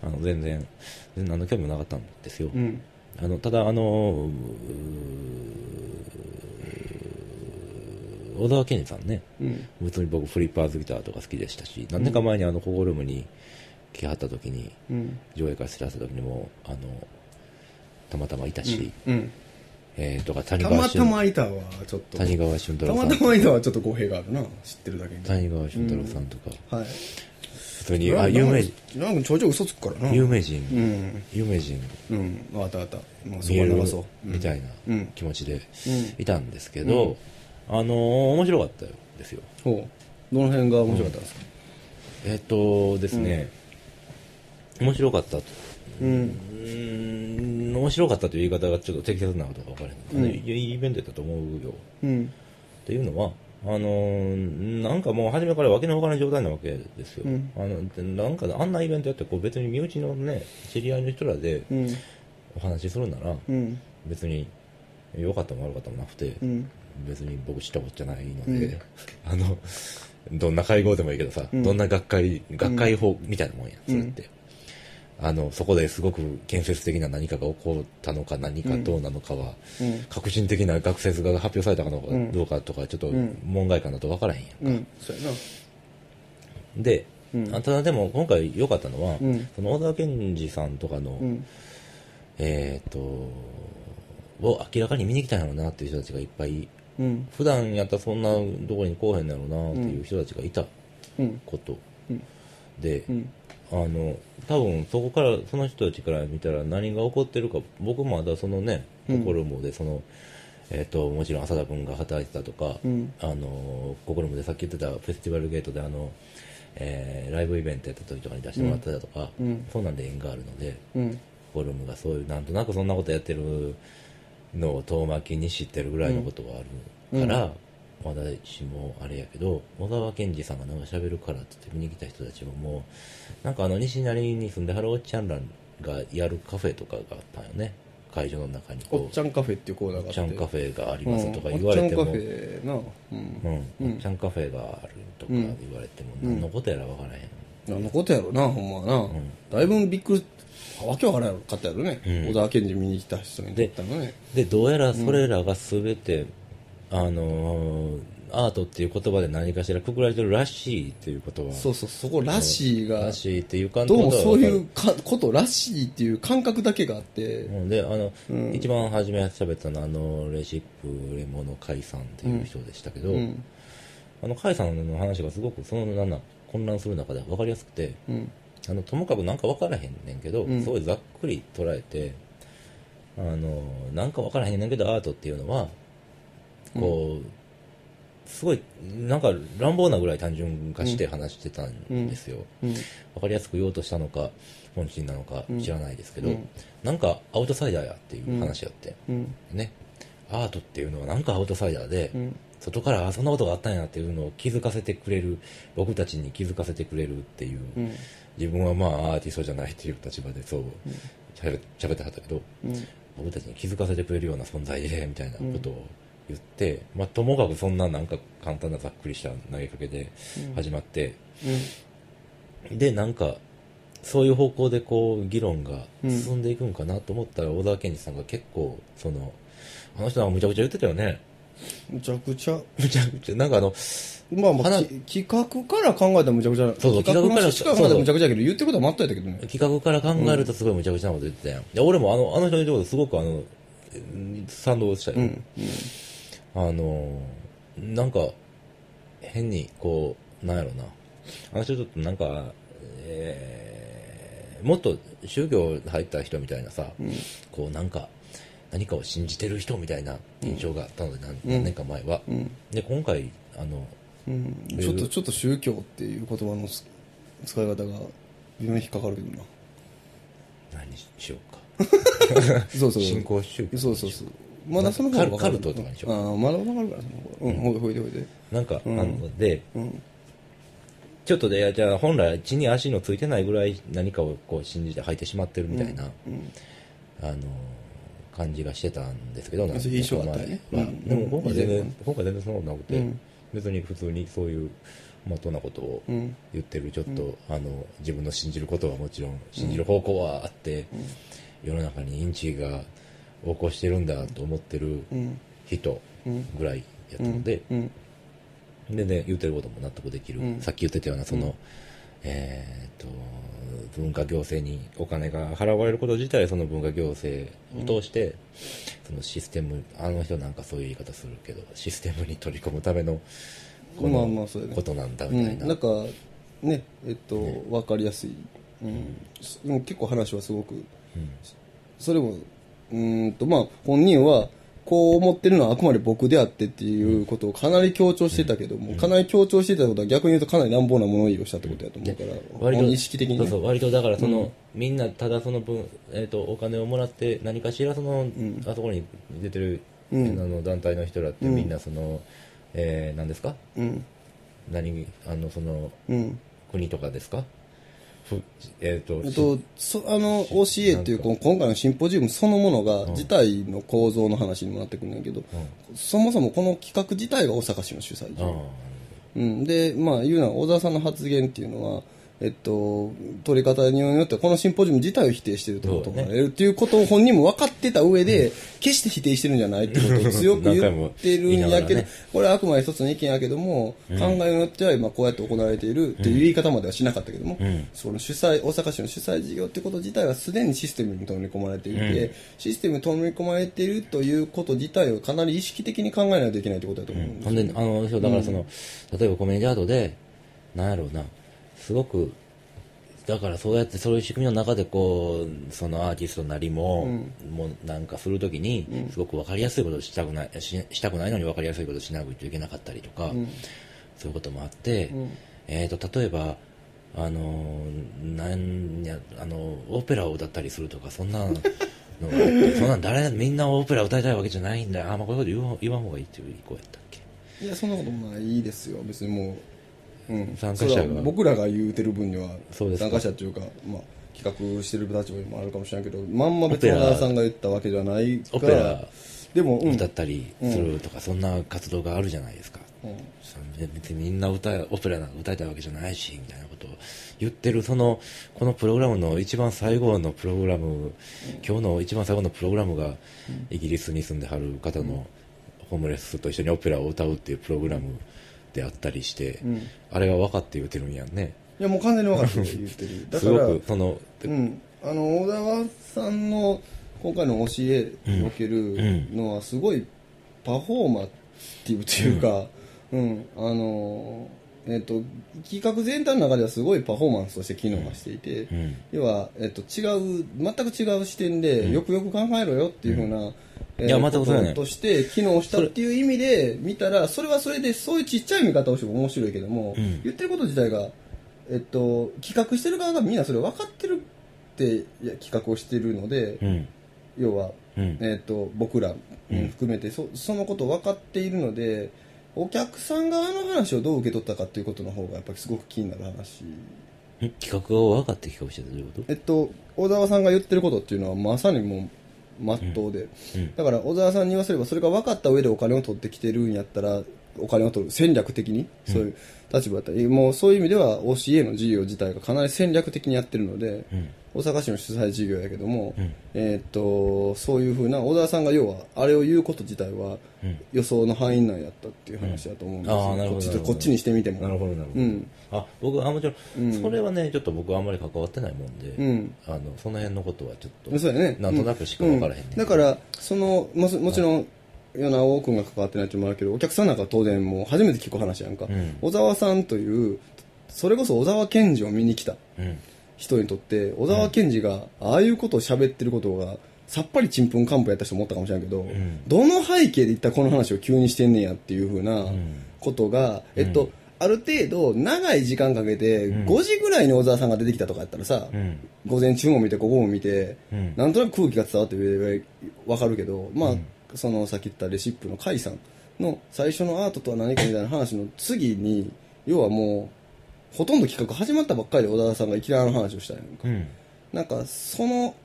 あの全然全然何の興味もなかったんですよ、
うん
あのただあのうー小沢健二さんね
うん
別に僕フリッパーズギターとか好きでしたし何年か前にあのコゴルームに来はった時に
うん
上映会知らせた時にもあのたまたまいたし、
うん
えーとか谷
た
川
また
俊
まいたはちょっと
谷川俊太
た
郎さ
ま
ん
たまいたはちょっと語弊があるな知ってるだけに
谷川俊太郎さんとか、
はい
普通にあ有名人
なんかちょいちょい嘘つくからな
有名人、
うん
有名人
うんわかったわかったもうそ
見
こ
え
は
る
流そう
みたいな
うん
気持ちで
うん
いたんですけど、あのー面白かったですよ
ほうどの辺が面白かったんですか
えっ、とですね、面白かったと
うん
うーん面白かったという言い方がちょっと適切なことか分からへんけどね、いやいいイベントやったと思うよ
うん
っていうのはあのーなんかもう初めからわけのわからない状態なわけですよ、
うん
あのでなんかあんなイベントやってこう別に身内のね知り合いの人らで
うん
お話しするなら
うん
別に良かったも悪かったもなくて、
うん
別に僕知ったことじゃないので、 <laughs> あのどんな会合でもいいけどさ、どんな学会学会法みたいなもんやそれって、あのそこですごく建設的な何かが起こったのか何かどうなのかは、
うん
革新的な学説が発表されたのかどうかとかちょっと門外観だと分からへんやん
うんそうやな
で、あただでも今回良かったのは、
ん
その小沢健二さんとかの、
ん
えーっとを明らかに見に来たんやろうなっていう人たちがいっぱい
うん
普段やったらそんなどこに来おへんやろうなっていう人たちがいた
うん
こと、
うん
で、
うん
あの多分そこからその人たちから見たら何が起こってるか僕もまだそのね心もでその、えっともちろん浅田君が働いてたとか、
うん
あの心もでさっき言ってたフェスティバルゲートであの、えーライブイベントやった時とかに出してもらったりとか、
うん
そんなんで縁があるので
うん
心もがそういうなんとなくそんなことやってるのを遠巻きに知ってるぐらいのことがあるから、私もあれやけど小沢健二さんがなんか喋るからって言って見に来た人たちももうなんかあの西成に住んではるおっちゃんらがやるカフェとかがあったんよね会場の中に
おっ
こう
ちゃんカフェっていうコーナ
お
ーがあ
っ
って
ちゃんカフェがあり
う
ます
ん
とか言われても
おっちゃんカフェなうん
うんおっちゃんカフェがあるとか言われても何のことやら分からへん
何のことやろなほんまはなだいぶびっくりわけわからんやろかったやろね小沢健二見に来た人にとったのね
でどうやらそれらが全て、あのーアートっていう言葉で何かしらくくられてるらしいっていうことは
そうそうそこらしいが
らしいっていう感
どうもそうい
こ
うかことらしいっていう感覚だけがあって
とが分かるうんであの、一番初め喋ったのはあのレシップレモの海さんっていう人でしたけど、
うん
あの海さんの話がすごくそのなんだ混乱する中で分かりやすくて
うん
あのともかくなんか分からへんねんけど、
ん
すごいざっくり捉えてあのなんか分からへんねんけどアートっていうのはこう、すごいなんか乱暴なぐらい単純化して話してたんですよ、
うん
分かりやすく言おうとしたのか本心なのか知らないですけど、
うん
なんかアウトサイダーやっていう話やって、
うん
ねアートっていうのはなんかアウトサイダーで、
うん
外からあそんなことがあったんやっていうのを気づかせてくれる僕たちに気づかせてくれるっていう、
うん
自分はまあアーティストじゃないっていう立場でそうしゃべしゃべってはったけど、
うん
僕たちに気づかせてくれるような存在でみたいなことを言って、まあ、ともかくそんななんか簡単なざっくりした投げかけで始まって、でなんかそういう方向でこう議論が進んでいくんかなと思ったら小沢健二さんが結構そのあの人はむちゃくちゃ言ってたよね <laughs>
むちゃくちゃ
むちゃくちゃなんかあの
まあまあ
花
き企画から考えたらむちゃくちゃ
そうそう
企画の趣旨から考えたらむちゃくちゃやけど言ってることは全くやったけどね
企画から考えるとすごいむちゃくちゃなこと言ってたやん、で俺もあのあの人の言うことすごくあのうん賛同したよ、あのなんか変にこうなんやろなあの人ちょっとなんか、えーもっと宗教入った人みたいなさ、こうなんか何かを信じてる人みたいな印象があったので、何何年か前は、で今回あの
うんちょっとちょっと宗教っていう言葉のす使い方が微妙に引っかかるけどな
何しようか
そうそう
信仰宗教
そうそうそうまだその方が分か
カ
る
ルカルトとかでしょ
ああまだ分かるからその方がうんほいでほいでほいで
なんか、あので、
うん
ちょっとで、じゃあ本来地に足のついてないぐらい何かをこう信じて履いてしまってるみたいな、あの、感じがしてたんですけど、なんか
そういう印象があったよね
まあ
うん
でも今回全
う
然
ん、
今回全然そんなことなくて、
うん
別に普通にそういう、まとうなことを
うん
言ってる、ちょっと、あの、自分の信じることはもちろん、信じる方向はあって、世の中にインチが横行してるんだと思ってる
うん
人ぐらいやったので、
うん
でね、言ってることも納得できる。
うん
さっき言ってたような、その、えーっと、文化行政にお金が払われること自体、その文化行政を通して、そのシステム、あの人なんかそういう言い方するけど、システムに取り込むための、こ
まあまあそうや
の
ね
ことなんだ
う
みたい
ん、
な。
なんかねえっと、分かりやすい、うんでも結構話はすごくそれもうーんとまあ本人はこう思ってるのはあくまで僕であってっていうことをかなり強調してたけども、かなり強調してたことは逆に言うとかなり乱暴な物言いをしたってことやと思うから、
割と
本人意識的に、ね、
そうそう割とだからその、みんなただその分、えー、とお金をもらって何かしらその、あそこに出てる、あの団体の人らってみんなその、えー何ですか
うん
何あのその
うん
国とかですかふえっ、と
えっと、そあの OCA っていうこの今回のシンポジウムそのものが自体の構造の話にもなってくるんだけど、そもそもこの企画自体が大阪市の主催
ああ
で、うん、でまあ言うのは小沢さんの発言っていうのはえっと、取り方によってはこのシンポジウム自体を否定してるってこと
そう
が
だ
あ
ね
るっていうことを本人も分かってた上で、決して否定してるんじゃないってことを強く
何回
言
も
ってるん
言いなが
や
ら
けど
ね、
これはあくまで一つの意見やけども、考えによっては今こうやって行われているっていう言い方まではしなかったけども、
ん
その主催、大阪市の主催事業ってこと自体はすでにシステムに取り込まれていて、システムに取り込まれているということ自体をかなり意識的に考えないといけないってことだと思うんです
ほんであのそうだからその、例えばコメディアートでなんやろうなすごくだからそうやってそういう仕組みの中でこうそのアーティストなりも、もうなんかするときに、すごく分かりやすいことをしたくないししたくないのに分かりやすいことをしなくちゃいけなかったりとか、そういうこともあって、えー、と例えばあのなんやあのオペラを歌ったりするとかそんなのがあって
<laughs>
そんなん誰みんなオペラ歌いたいわけじゃないんだよあんまこういうこと言わ言わん方がいいっていう子やったっけ
いや、そんなこともないですよ。別にもう、うん、
参加者が
それは僕らが言うてる分には、
そうですか
参加者っていうか、まあ、企画してる立場にもあるかもしれないけど、まんま別
オ
に
ペラ
小川さんが言ったわけじゃないから、
オペラ
でも、うん、
歌ったりするとか、そんな活動があるじゃないですか、そんで別にみんな歌えオペラなんか歌いたいわけじゃないしみたいなことを言ってるそのこのプログラムの一番最後のプログラム、今日の一番最後のプログラムがイギリスに住んではる方のホームレスと一緒にオペラを歌うっていうプログラムであったりして、あれが分かって言ってるんやんね
いや、もう完全に分かってる、言ってる。だ
す
か
ご
ら、
くその、
うん、あの小沢さんの今回の教えにおけるのはすごいパフォーマティブというか、うんあのえっと企画全体の中ではすごいパフォーマンスとして機能がしていて、
うん
要は、えっと違う全く違う視点でよくよく考えろよっていうふうな、えー
いや全くそうやね
こととして機能したっていう意味で見たらそれはそれでそういうちっちゃい見方をしても面白いけども、
うん
言ってること自体が、えっと、企画してる側がみんなそれ分かってるっていや企画をしてるので、
うん
要は、
うん
えっと、僕らうん含めてそそのことを分かっているのでお客さん側の話をどう受け取ったかっていうことの方がやっぱりすごく気になる話。
ん企画を分かって企画してるどういうこと
えっと、小沢さんが言ってることっていうのはまさにもう真っ当で、だから小沢さんに言わせればそれが分かった上でお金を取ってきてるんやったらお金を取る戦略的にそういう立場だったり、もうそういう意味では OCA の事業自体がかなり戦略的にやってるので、大阪市の主催事業やけども、えっとそういうふうな小沢さんが要はあれを言うこと自体は予想の範囲内やったっていう話だと思うんですよ、
うんあーなるほど
こっち
なる
と
ほ
こ
ど
っちにしてみても。
なるほどなるほど、
うん
あ僕はあもちろんそれはねちょっと僕はあんまり関わってないもんで、
ん
あのその辺のことはちょっと
そうやね
なんとなくしか分からへんね
うんんだからそのもしもちろん与那王君が関わってないっていうのもあるけどお客さんなんか当然もう初めて聞く話やんか、
ん
小沢さんというそれこそ小沢健二を見に来た
うん
人にとって小沢健二がああいうことを喋ってることがさっぱりちんぷんかんぷんやった人もおったかもしれんけど、
ん
どの背景で一体この話を急にしてんねんやっていうふうなことが、えっとある程度長い時間かけて5時ぐらいに小沢さんが出てきたとかやったらさ、
うん
午前中も見て午後も見て、
うん
なんとなく空気が伝わってるわかるけど、まあそのさっき言ったレシップの甲斐さんの最初のアートとは何かみたいな話の次に要はもうほとんど企画始まったばっかりで小田さんがいきなりの話をしたやんか
うん。
なんかその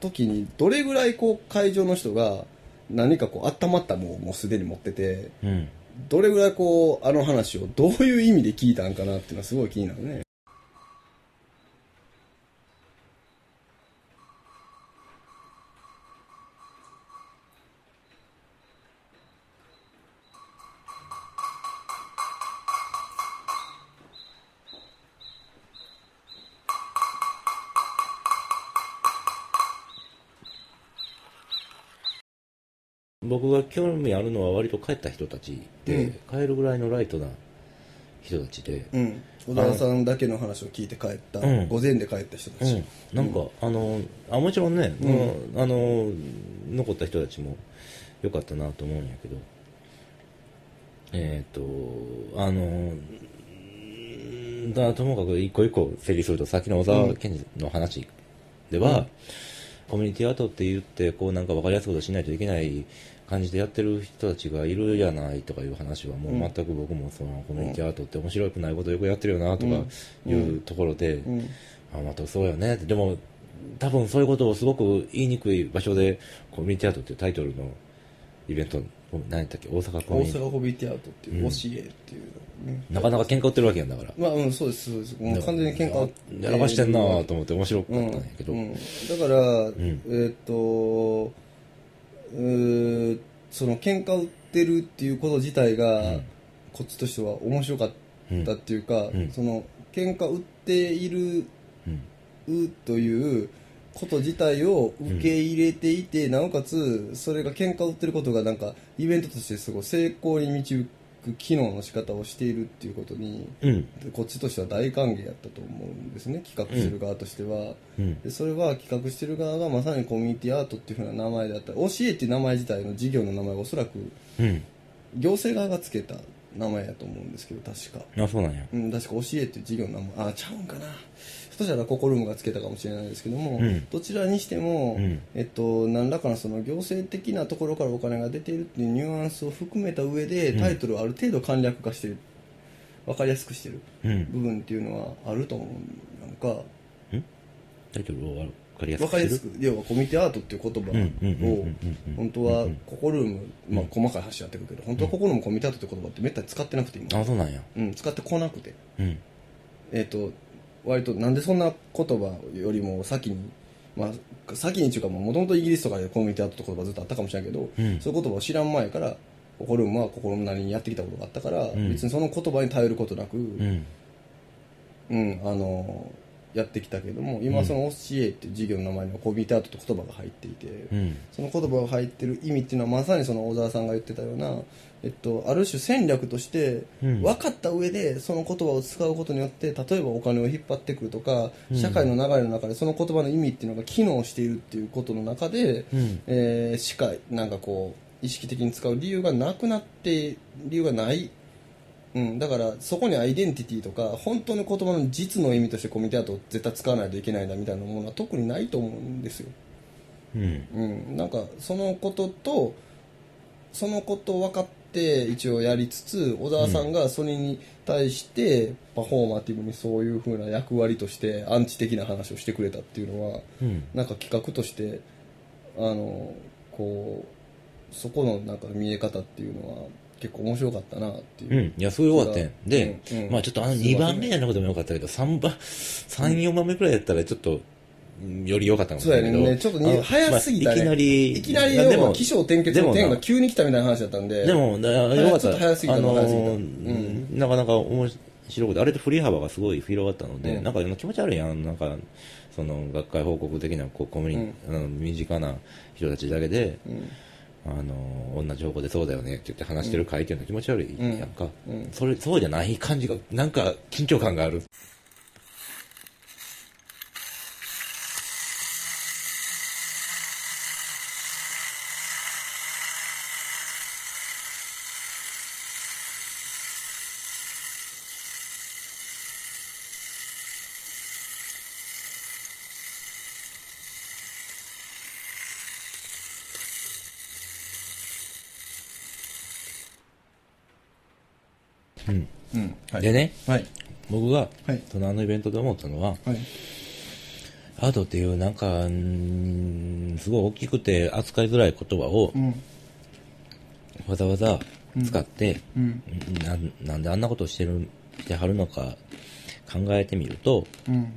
時にどれぐらいこう会場の人が何かこう温まったもんをもうすでに持ってて
うん。
どれぐらいこうあの話をどういう意味で聞いたんかなっていうのはすごい気になるね
僕が興味あるのは割と帰った人たちで、
うん
帰るぐらいのライトな人たちで、
うん小田さんだけの話を聞いて帰った、
うん
午前で帰った人たち、
なんか、あのあもちろんね、もうあの残った人たちも良かったなと思うんやけどえっ、とあのうんだともかく一個一個整理するとさっきの小沢健二の話では、コミュニティアートって言ってこうなんか分かりやすいことしないといけない感じでやってる人たちがいるやないとかいう話はもう全く僕もそのコミュニティアートって面白くないことよくやってるよなとかいうところで、
うん
あまたそうよねってでも多分そういうことをすごく言いにくい場所でコミュニティアートっていうタイトルのイベント何やったっけ大阪コ
大
ミュニティ
阪ホビーティアートっていう、
うん
教えっていうね
なかなか喧嘩売ってるわけやんだから
まあうんそうですそうですもう完全に喧嘩
やらかしてんなぁと思って面白かったんやけど、
うんうんだ
ん
から、えーっとうーその喧嘩売ってるっていうこと自体が、こっちとしては面白かったっていうか、
ん
その喧嘩売っている
うん
うということ自体を受け入れていて、なおかつそれが喧嘩売ってることがなんかイベントとしてすごい成功に導く機能の仕方をしているっていうことに
うん
こっちとしては大歓迎やったと思うんですね企画する側としては、
うん
でそれは企画してる側がまさにコミュニティアートっていうふうな名前であったり教えっていう名前自体の事業の名前はおそらく
うん
行政側がつけた名前やと思うんですけど確か、
あそうなんや
うん、確か教えっていう事業の名前あちゃうんかなひょっとしたらココルームがつけたかもしれないですけども、
うん
どちらにしても、
うん
えっと、何らかのその行政的なところからお金が出ているっていうニュアンスを含めた上でタイトルをある程度簡略化してる分かりやすくしてる
うん
部分っていうのはあると思うなんか
タイトルを分かりやす
分
く
かりやす
してる
く要はコミュニティアートっていう言
うんうんうんうんうん
葉を本当はココルーム、まあ、細かい話やってくるけど本当はココルームコミュニティアートって言葉ってめったに使ってなくて今、
あそうなんや
うん、使ってこなくて、
うん
えっと割となんでそんな言葉よりも先に、まあ、先にっていうかもともとイギリスとかでコミュニティアートって言葉ずっとあったかもしれないけど、
うん
そういう言葉を知らん前からココルームはココルームなりにやってきたことがあったから、
ん
別にその言葉に頼ることなく、
うん
うん、あのやってきたけども今その教えっていう事業の名前にはコミュニティアートって言葉が入っていて、
うん
その言葉が入ってる意味っていうのはまさにその小沢さんが言ってたような、えっと、ある種戦略として
うん
分かった上でその言葉を使うことによって例えばお金を引っ張ってくるとか社会の流れの中でその言葉の意味っていうのが機能しているっていうことの中で、
うん
えーしかなんかこう意識的に使う理由がなくなって理由がない、うん、だからそこにアイデンティティとか本当の言葉の実の意味としてコミュニティアートを絶対使わないといけないんだみたいなものは特にないと思うんですよ。
うん
うん、なんかそのこととそのことを分かって一応やりつつ小沢さんがそれに対してパフォーマティブにそういうふうな役割としてアンチ的な話をしてくれたっていうのは
うん
なんか企画としてあのこうそこのなんか見え方っていうのは結構面白かったなっていう
う、ん、いや、すごい良かったんで、
うんうん
まあちょっとあの
すごいね
2番目やなことも良かったけど、3番、三4番目くらいやったらちょっと、うんより良かったかもし
そう
れ
や
ない
ね
けど。
ねちょっとに
あ
早すぎたね、
まあいきなり、
いきなり
で
要
も
は起承転結の点が急に来たみたいな話だったんで
でも、だ良かっ
ちょっ
た。
と早すぎた
あのー
早すぎたう
なかなか面白くて、あれと振り幅がすごい広がったので、
うん
なんか気持ち悪いやん。なんか、その、学会報告的な、こう、コミュニ、あの身近な人たちだけで、
うん
あのー同じ方向でそうだよねって言って話してる回っていうのは気持ち悪いやんか、
うんうん
それそうじゃない感じがなんか緊張感がある
うんはい
でね
はい
僕が、
はい
そのあのイベントで思ったのは、
はい。
アートっていうなんか、うーんすごい大きくて扱いづらい言葉を
うん。
わざわざ使って、
うん。
なんなんであんなことをしてる、してはるのか考えてみると、
うん。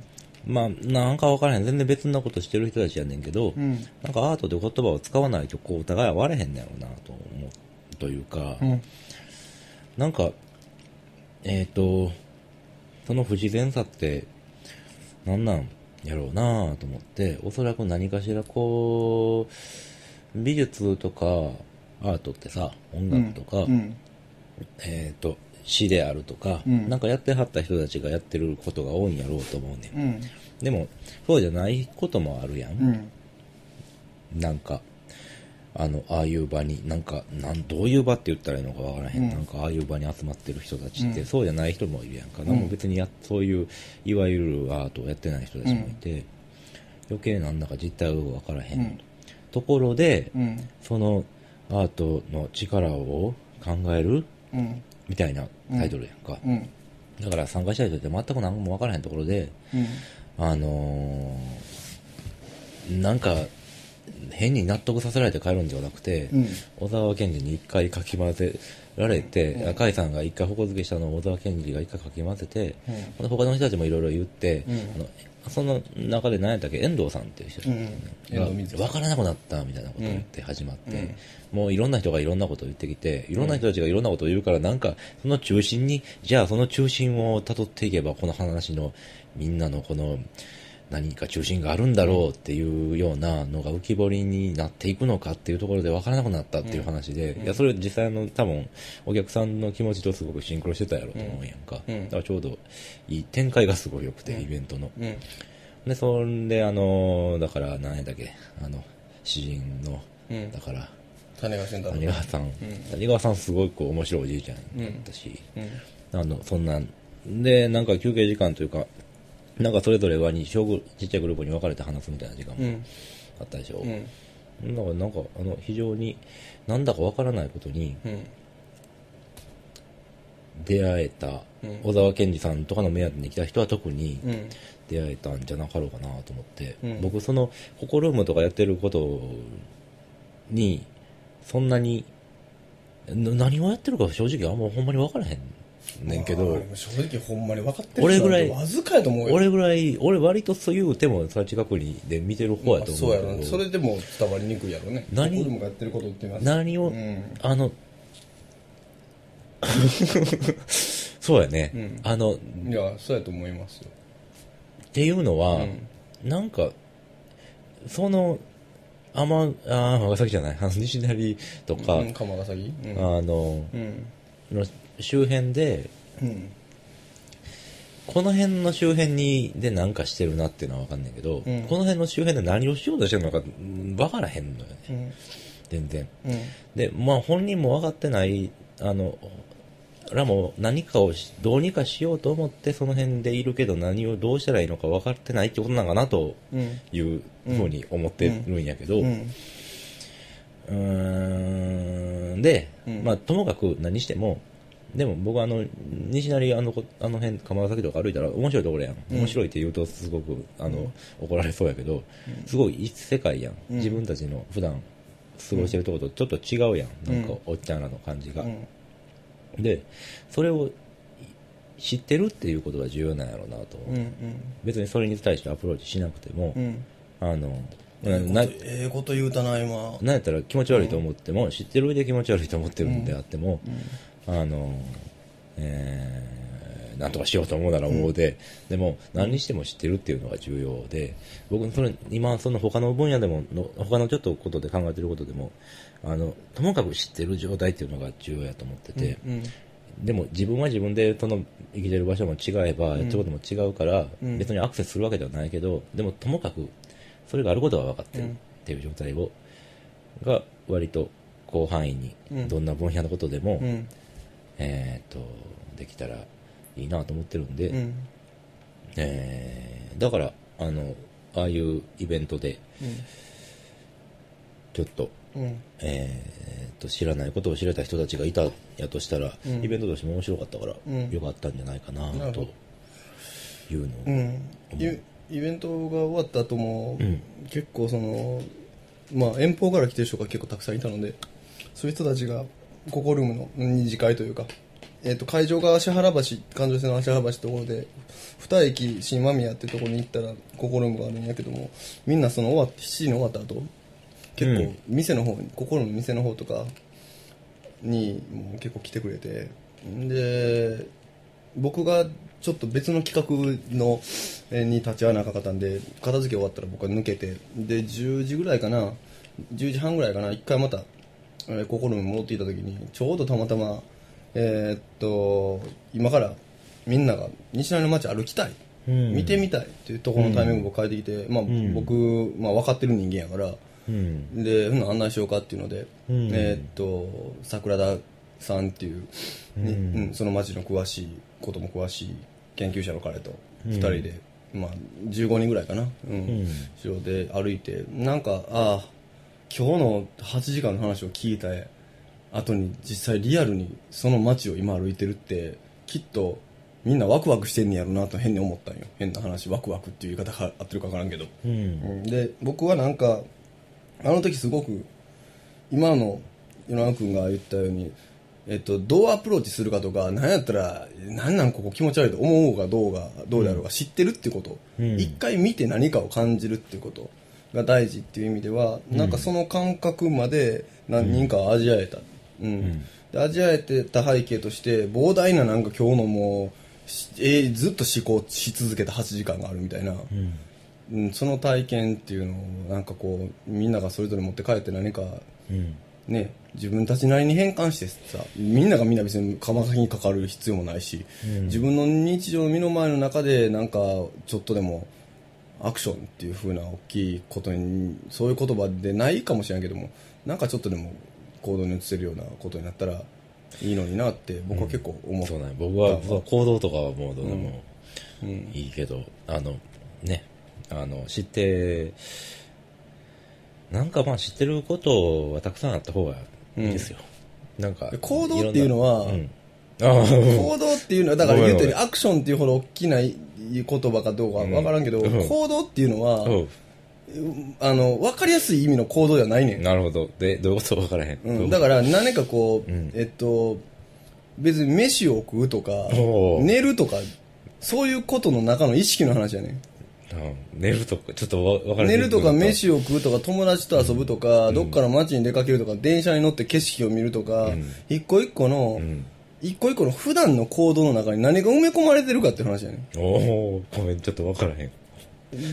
まあ、なんかわからへん。全然別なことしてる人たちやねんけど、
うん。
なんかアートで言葉を使わないと、こう、お互いは割れへんねやろうな、と思う、というか、
うん。
なんか、えっ、と、その不自然さって、なんなんやろうなと思って、おそらく何かしらこう、美術とか、アートってさ、音楽とか、
うん。
えっ、と、詩であるとか、
うん
なんかやってはった人たちがやってることが多いんやろうと思うねん。
うん。
でも、そうじゃないこともあるやん。
うん。
なんか、あの、ああいう場に、なんか、なん、どういう場って言ったらいいのかわからへん。
うん
なんか、ああいう場に集まってる人たちって、
うん
そうじゃない人もいるやんか。なんも別にや、そういう、いわゆるアートをやってない人たちもいて、余計なんだか実態がわからへん。
うん
ところで、
うん。
その、アートの力を考える
うん。
みたいなタイトルやんか。
うん。
だから参加した人って全く何もわからへんところで、
うん。
あのーなんか、変に納得させられて帰るんじゃなくて、
うん
小沢健二に一回かき混ぜられて、赤井さんが一回矛付けしたのを小沢健二が一回かき混ぜて、ほんで他の人たちもいろいろ言って、あのその中で何やったっけ、遠藤さんっていう人、
遠藤水樹
分からなくなったみたいなことを言って始まって、もういろんな人がいろんなことを言ってきて、いろんな人たちがいろんなことを言うから、なんか、その中心に、じゃあその中心を辿っていけば、この話のみんなのこの、何か中心があるんだろうっていうようなのが浮き彫りになっていくのかっていうところで分からなくなったっていう話で、いやそれ実際の多分お客さんの気持ちとすごくシンクロしてたやろうと思うやんか、
うん
だからちょうどいい展開がすごい良くて、イベントの、
うん。
で、そんで、あのーだから、何やったっけ、あの、詩人の、
うん
だから、
種が死んだ
谷川さん、谷川さんすごいこう面白いおじいちゃんだったし、あの、そんなん、で、なんか休憩時間というか、なんかそれぞれはに小グルちっちゃいグループに分かれて話すみたいな時間
う
も
ん。
あったでしょ。
うん。
だからなんか、あの、非常に、なんだか分からないことに
うん。
出会えた、
うん
小沢健二さんとかの目当てに来た人は特に、
うん。
出会えたんじゃなかろうかなと思って、
うん
僕そのホコルームとかやってることにそんなにな何をやってるか正直あんまほんまに分からへんねんけ
まあ
ど
でも正直ほんまに分かってる
俺ぐらい
人なんてわずかやと思うよ。
俺ぐらい俺割とそういうてもそれは近くにで見てる方やと
そう
思
や
う
ろ
け
な。
ど、
それでも伝わりにくいやろね。
何
ホコルムがやってることって言います。
何を、
うん。
あ
<laughs>
のそうやね、
うん
あの
いや、そうやと思いますよ。
っていうのは、
うん
なんか、その、あま、あー尼崎じゃない、 <laughs> あの西成とか、
うん、鎌ヶ崎うん。
あの、
うん。
の周辺で、
うん。
この辺の周辺に、でなんかしてるなっていうのはわかんないけど、
ん
この辺の周辺で何をしようとしてるのか、うんわからへんのよね、
うん。
全然。
うん。
で、まあ本人も分かってない、あの、らも何かをしどうにかしようと思ってその辺でいるけど何をどうしたらいいのか分かってないってことなのかなと
うん。
いうふうに思ってるんやけど、う
うん。
ーんで、
うん
まあ、ともかく何しても、でも僕はあの、西成あのこ、あの辺、鎌ヶ崎とか歩いたら面白いところやん。面白いって言うとすごく、あの、怒られそうやけど、すごい異世界やん。
うん
自分たちの普段過ごしてるとことちょっと違うやん。
うん
なんか、おっちゃんらの感じが
う。ん。
で、それを知ってるっていうことが重要なんやろうなと思う。
うん。
別にそれに対してアプローチしなくても、
うん。
あの、な
ええこと言うたな、今。
なんやったら気持ち悪いと思っても、知ってる上で気持ち悪いと思ってるんであっても、あの、えーなんとかしようと思うなら思うで、でも何にしても知ってるっていうのが重要で、僕、それ、今、その他の分野でもの、他のちょっとことで考えてることでも、あの、ともかく知ってる状態っていうのが重要やと思ってて、
うん。
でも自分は自分でその生きてる場所も違えば、やってることも違うから、
うん
別にアクセスするわけではないけど、でもともかくそれがあることは分かってるっていう状態を、が割と広範囲に
うん
どんな分野のことでも、
うん。
えーっと、できたらいいなと思ってるんで、
うん。
えーだから、あの、ああいうイベントで、ちょっと、
うん。
えーっと知らないことを知れた人たちがいたやとしたら、イベントとしても面白かったから、
うん
よかったんじゃないかな
なるほ
とい
ど
うのを、
うん、イイベントが終わった後も、
ん
結構その、まあ、遠方から来てる人が結構たくさんいたのでそういう人たちがココルームの二次会というか、えっと会場が芦原橋環状線の芦原橋ってところで二駅新間宮ってところに行ったらココルームがあるんやけどもみんなその終わっ7時に終わった後結
う
構
ん
店の方に、ココルームの店の方とかにもう結構来てくれてで僕がちょっと別の企画のえーに立ち会わなあかんかったんで片付け終わったら僕は抜けてで10時ぐらいかな10時半ぐらいかな一回また、えー、心に戻っていた時にちょうどたまたまえーっと今からみんなが西成の街歩きたい、
うん
見てみたいっていうところのタイミングを変えてきて、まあ、
ん
僕、まあ、分かってる人間やから、
うん
で、ふん案内しようかっていうので、
うん
えーっと、桜田さんっていう、ね
うん
うんその町の詳しいことも詳しい研究者の彼と
うん
2人で、まあ、15人ぐらいかな、うん
ん
後ろで歩いて、なんか、ああ、今日の8時間の話を聞いた後に、実際リアルにその町を今歩いてるって、きっと、みんなワクワクしてんねやろなと変に思ったんよ。変な話、ワクワクっていう言い方が合ってるか分からんけど。
うん
で僕はなんかあの時すごく今の与那君が言ったように、えっと、どうアプローチするかとか何やったら何なんここ気持ち悪いと思おうがどうがどうであろうが知ってるってこと、
うん
一回見て何かを感じるってことが大事っていう意味では、なんかその感覚まで何人か味わえた、うんで味わえてた背景として膨大ななんか今日のもう、しえーずっと思考し続けた8時間があるみたいな。
うん
うん、その体験っていうのをなんかこうみんながそれぞれ持って帰って何か
うん
ね自分たちなりに変換してさみんながみんな別に釜先にかかる必要もないし、
うん
自分の日常の身の前の中でなんかちょっとでもアクションっていう風な大きいことにそういう言葉でないかもしれんけどもなんかちょっとでも行動に移せるようなことになったらいいのになって僕は結構思
そう
う、
ね僕は僕は行動とかはもうどうでも
うん
いいけど、あのねあの知ってなんかまあ知ってることはたくさんあった方がいいですよ、なんか
行動っていうの
ろん
は
なうんああ
行動っていうのはだから
ごめん
言ったように
ご
アクションっていうほど大きな言葉かどうかは分からんけど、
うん
行動っていう
<laughs>
のは、
うん
あの分かりやすい意味の行動ではないねん、
なるほどでどういうこと分からへん、
うん、だから何かこう、
うん
えっと別に飯を食うとか
おう
寝るとかそういうことの中の意識の話やねん
ら、うん寝るとかちょっとわ分からへ
寝
ん
るとか飯を食うとか友達と遊ぶとか、どっかの街に出かけるとか電車に乗って景色を見るとか、
うん
一個一個の、
うん
一個一個の普段の行動の中に何が埋め込まれてるかっていう話やねん
おおごめんちょっと分からへん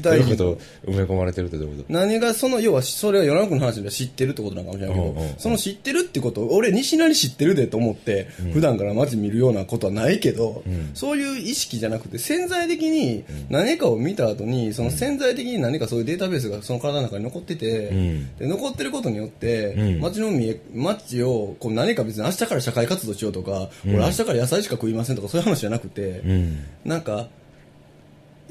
どう
大
いう
事
こと埋め込まれてるってどういうこ
何がその要はそれは世の中の話では知ってるってことなのかもしれないけど、
うんうんうん
その知ってるってことを俺西成知ってるでと思って、普段から街見るようなことはないけど、
ん
そういう意識じゃなくて潜在的に何かを見た後にその潜在的に何かそういうデータベースがその体の中に残ってて、
うん
で残ってることによって、
うん
街の見え街をこう何か別に明日から社会活動しようとか、俺明日から野菜しか食いませんとかそういう話じゃなくて。
とうん
なんか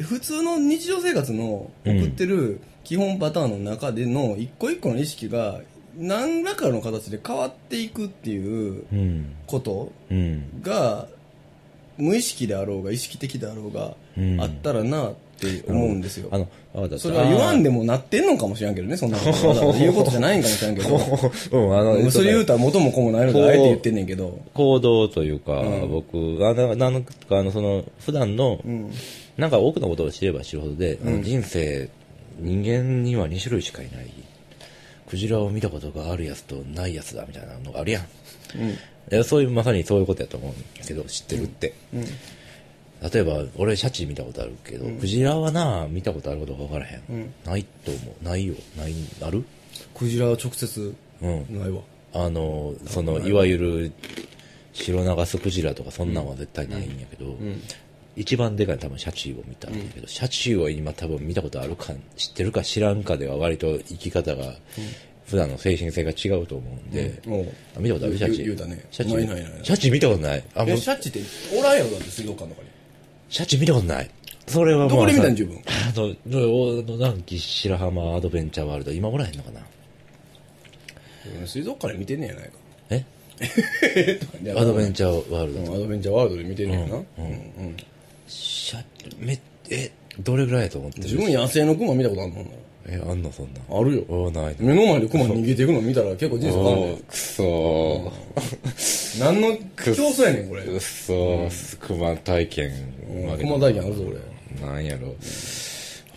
普通の日常生活の送ってる基本パターンの中での一個一個の意識が何らかの形で変わっていくっていう
うん
こと
うん
が無意識であろうが意識的であろうが
うん
あったらなって思うんですよ
あ。のあだって
それは言わん
で
でもなってんのかもしれんけどね、そんな <laughs> ことわざわざ言うことじゃないんかもしれんけ
<laughs>
ど。
うんあの
それ言うたら元も子もないので、あえて言ってんねんけど。
行動というか、
うん
僕あななんかあのその普段の、
うん。
なんか多くのことを知れば知るほどで、あの
うん
人生人間には2種類しかいないクジラを見たことがあるやつとないやつだみたいなのがあるやんいやそういうまさにそういうことやと思うんだけど知ってるって、
うん。
例えば俺シャチ見たことあるけど、クジラはな見たことあることが分からへん、
うん
ないと思うないよないある
クジラは直接
うん
ないわ。
あのそのいわゆるシロナガスクジラとかそんなんは絶対ないんやけど、一番でかいのは多分シャチーを見たんだけど、シャチーを今多分見たことあるか知ってるか知らんかでは割と生き方が普段の精神性が違うと思うんで、
うんおう
あ見たことあるシャチ
言う言うたね
シャチ
ないないないない
シャチ見たことないあも
え
う
シャチっておらんやろだって水族館とかに
シャチ見たことないそれはもう
どこで見たん
さ
十分
あのおあの南紀白浜アドベンチャーワールド今おらへんのかな
水族館で見てんねやないか
え
えとかね
アドベンチャーワールド
うんアドベンチャーワールドで見てんねやな
シャめえどれぐらいやと思ってる
自分野生のクマ見たことあるのほんな
えあんのそんな
らあるよ
おないな
目の前でクマ逃げていくの見たら結構人生変わる
お
ね
ーくそ
何の競
くっ
争やねんこれ
ーくっそークマ体験
クマ大嫌いあるぞ俺
なんやろ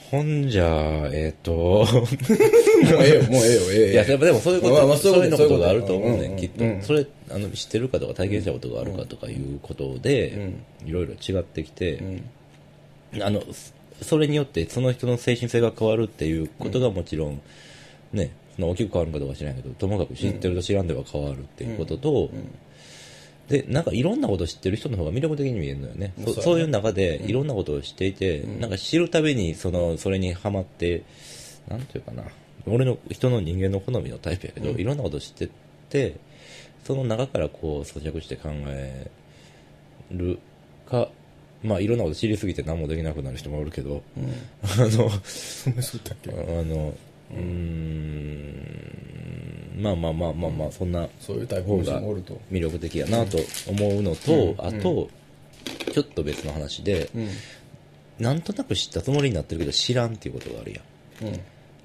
ほんじゃえっと
もうええよ、もうええよ、ええ
いやでもでもそういうこと、
まあまあそういうこと
そういうのことが
そ
あ
ういう
る
こと
と思うね、
うんん
きっと、それあの知ってるかとか体験したことがあるかとかいうことで、いろいろ違ってきて、あのそそれによってその人の精神性が変わるっていうことがもちろんねその大きく変わるかどうか知らないけどともかく知ってると知らんでは変わるっていうことと、でなんかいろんなことを知ってる人の方が魅力的に見えるのよね、そそういう中でいろんなことを知っていて、なんか知るたびにそのそれにはまってなんていうかな俺の人の人間の好みのタイプやけど、いろんなことを知ってってその中からこう咀嚼して考えるかまあいろんなこと知りすぎて何もできなくなる人もおるけど、あのあのうーんまあまあまあまあまあそんな
そういうタイプ
方
の人
が
もおると。
魅力的やなと思うのと、あと、ちょっと別の話で、なんとなく知ったつもりになってるけど知らんっていうことがあるやん
うん。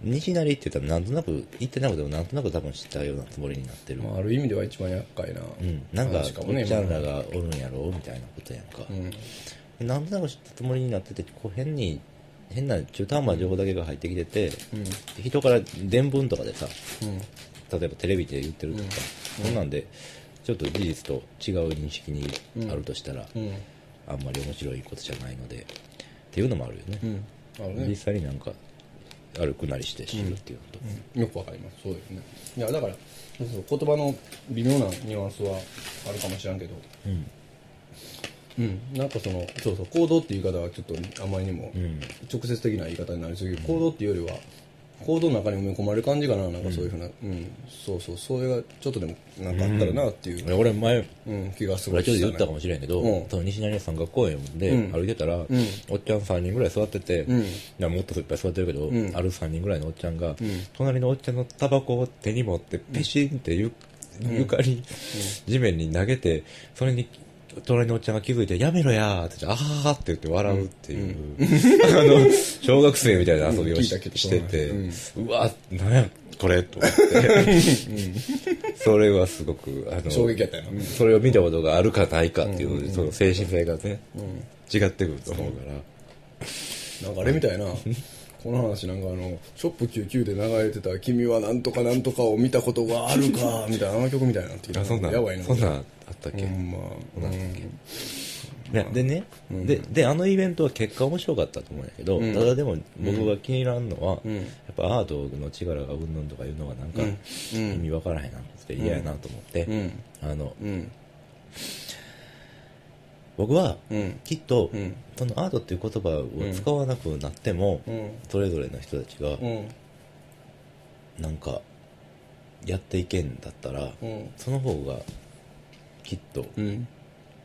西成って言ったらなんとなく言ってなくてもなんとなく多分知ったようなつもりになってる、
まあ、ある意味では一番厄介な。
うん、なんかおっ
話かもね
ちゃんらがおるんやろみたいなことやんか、
うん。
なんとなく知ったつもりになっててこう変に変な中途半端な情報だけが入ってきてて、人から伝聞とかでさ例えばテレビで言ってるとか、そんなんでちょっと事実と違う認識にあるとしたら、
うん。
あんまり面白いことじゃないのでっていうのもあるよね、
うん。ある
実
ね。
際になんか歩くなりして知るっていうのと、
よくわかります。そうですね。いや、だから、そうそう言葉の微妙なニュアンスはあるかもしれんけど。
うん
うん。なんかその、そうそう、行動っていう言い方はちょっとあまりにも
ん
直接的な言い方になりすぎる。行動っていうよりは、行動の中に埋め込まれる感じかな。なんかそういうふうな、うん。そうそう、それがちょっとでもなんかあったらなっていう、
俺前
うん、気がす
ラ
ごい
ジオで
し
言ったた
ね
かもしれんけど、
うん
その西成の三角公園で
うん
歩いてたら、おっちゃん3人ぐらい座ってて、
ん
いやもっといっぱい座ってるけど、ある3人ぐらいのおっちゃんが、
ん
隣のおっちゃんのタバコを手に持ってペシンってゆ、床に、地面に投げてそれに隣のおっちゃんが気づいて「やめろや!」って言って「あはは」って言って笑うっていう、あの小学生みたいな遊びをし,、
うん聞いたけど
てて、うわなんやこれと思って <laughs> それはすごくあの
衝撃やったよな
うんそれを見たことがあるかないかっていうので、その精神性がね、違ってくると思うから、
なんかあれみたいな、この話なんかあの、ショップ99で流れてた君はなんとかなんとかを見たことがあるか、みたいな、あの曲みたいになってきた
あそんなん
やばいな。
そんなんあったっけ、
ほんまうん
いやでね、でであのイベントは結果面白かったと思うんやけど、ただでも僕が気に入らんのは、やっぱアートの力がうんぬんとかいうのはなんか意味わからへんなって嫌やなと思って、
ん
あの
うん。
僕は
うん。
きっと、
ん
そのアートっていう言葉を使わなくなっても、
うん。
それぞれの人たちが
うん。
なんかやっていけんだったら、
うん。
その方がきっと
うん。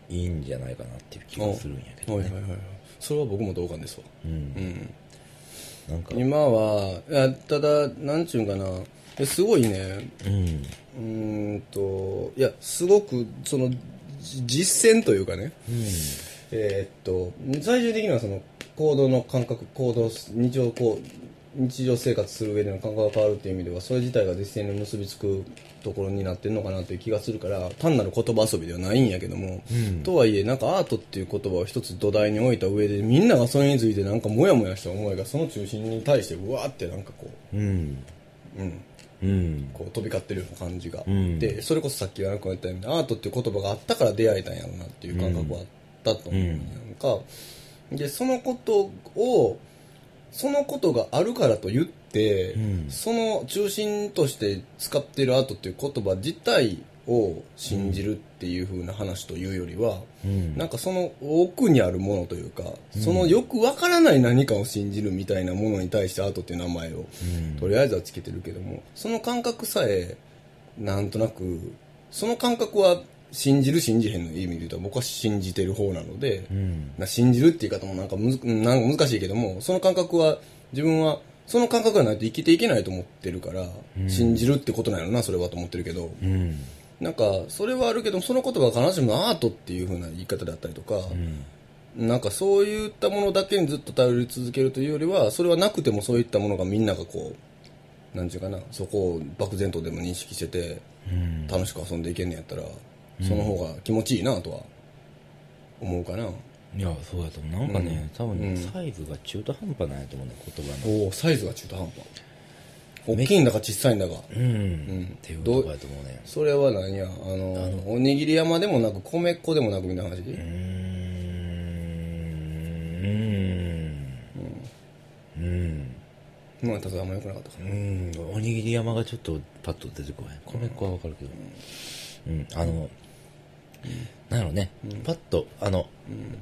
いいんじゃないかなっていう気がするんやけ
はい
ど
は
ね
いはいはい。それは僕も同感ですわ。
うん
うん。
なんか
今は、いやただ、なんちゅうんかな、えすごいね、
うん
うーんと、いや、すごく、その、じ実践というかね、えーっと最終的にはその行動の感覚行動日常こう日常生活する上での感覚が変わるっていう意味ではそれ自体が実践に結びつくところになってるのかなという気がするから単なる言葉遊びではないんやけども、とはいえなんかアートっていう言葉を一つ土台に置いた上でみんながそれについてなんかモヤモヤした思いがその中心に対してうわーってなんかこ
うん
う、うん、
うん
こう飛び交ってるような感じが、
うん
でそれこそさっき言わなくなったようにアートっていう言葉があったから出会えたんやろうなっていう感覚はあったと思う、
うん
なんかでそのことをそのことがあるからと言って、
うん
その中心として使ってるアートっていう言葉自体を信じるっていう風な話というよりは、
うん
なんかその奥にあるものというか、そのよくわからない何かを信じるみたいなものに対してアートっていう名前を
うん
とりあえずはつけてるけどもその感覚さえなんとなくその感覚は信じる信じへんの意味で言うと僕は信じてる方なので、
うん
な信じるっていう言い方もなんかむずうんなんか難しいけどもその感覚は自分はその感覚がないと生きていけないと思ってるから、信じるってことなのなそれはと思ってるけど、
うん
なんかそれはあるけどその言葉が必ずしもアートっていう風な言い方だったりとか、なんかそういったものだけにずっと頼り続けるというよりはそれはなくてもそういったものがみんながこうなんていうかなそこを漠然とでも認識してて
うん
楽しく遊んでいけんねやったらその方が気持ちいいなとは思うかな、
いやそうやと思うなんかね、多分ね、
うん
サイズが中途半端なんやと思うね言葉の
おおサイズが中途半端大きいんだか小さいんだか
うん、
うん
っていうとこやと思うね
それは何やあのおにぎり山でもなく米粉でもなくみたいな話、
うーんうんうん
まあ例えばあんま良くなかったか
う
な
んおにぎり山がちょっとパッと出てこへん米粉はわかるけどうんあの、なんやろね、パッとあの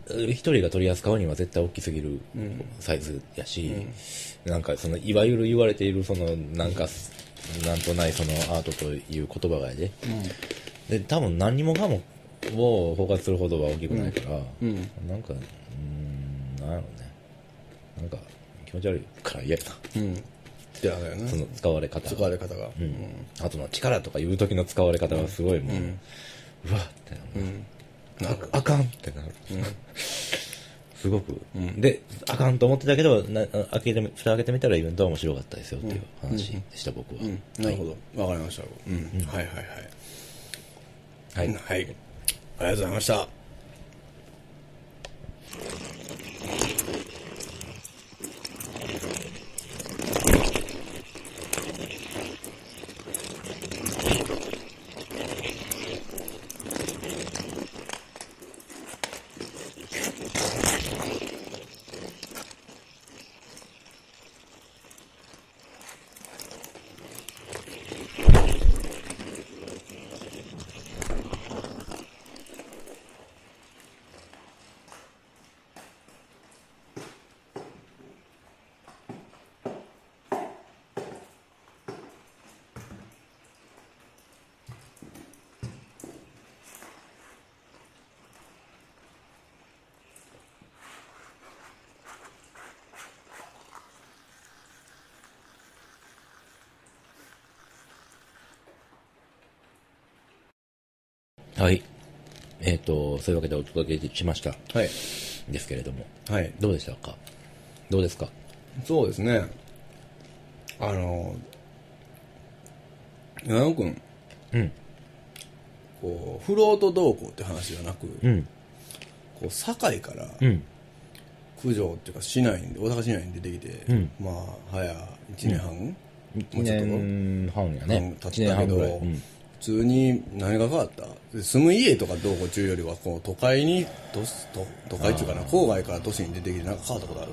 一人が取り扱うには絶対大きすぎるサイズやし、なんかそのいわゆる言われているそのなんかなんとないそのアートという言葉がやで、で多分何もかもを包括するほどは大きくないから、
うん
なんかうんなんやろねなんか気持ち悪いから嫌やな
うんってあれやな
その使われ方
使われ方が
うん、あとの力とかいう時の使われ方がすごいもう、うわってなる、
うん
ああかんってなる、すごく、であかんと思ってたけどなあ開けてみ蓋開けてみたらイベントは面白かったですよっていう話でした、僕は、
うんなるほどわかりましたうんはいはいはい
はい、
はい。ありがとうございました。
はいえっ、とそういうわけでお届けしました
はい。
ですけれども
はい。
どうでしたかどうですか
そうですね。あの、矢野くん、
うん
こう、フロート動向って話じゃなく、
うん
こう、堺から
うん
九条っていうか市内に、大阪市内に出てきて、
うん
まあ、早1年半、も
1
うちょっと
年半やね1
経っ
年
たけ
半
ど、
ぐらい、うん
普通に何が変わったで住む家とかどうこうっていうよりはこう都会に都市都都会っていうかな郊外から都市に出てきてなんか変わったことある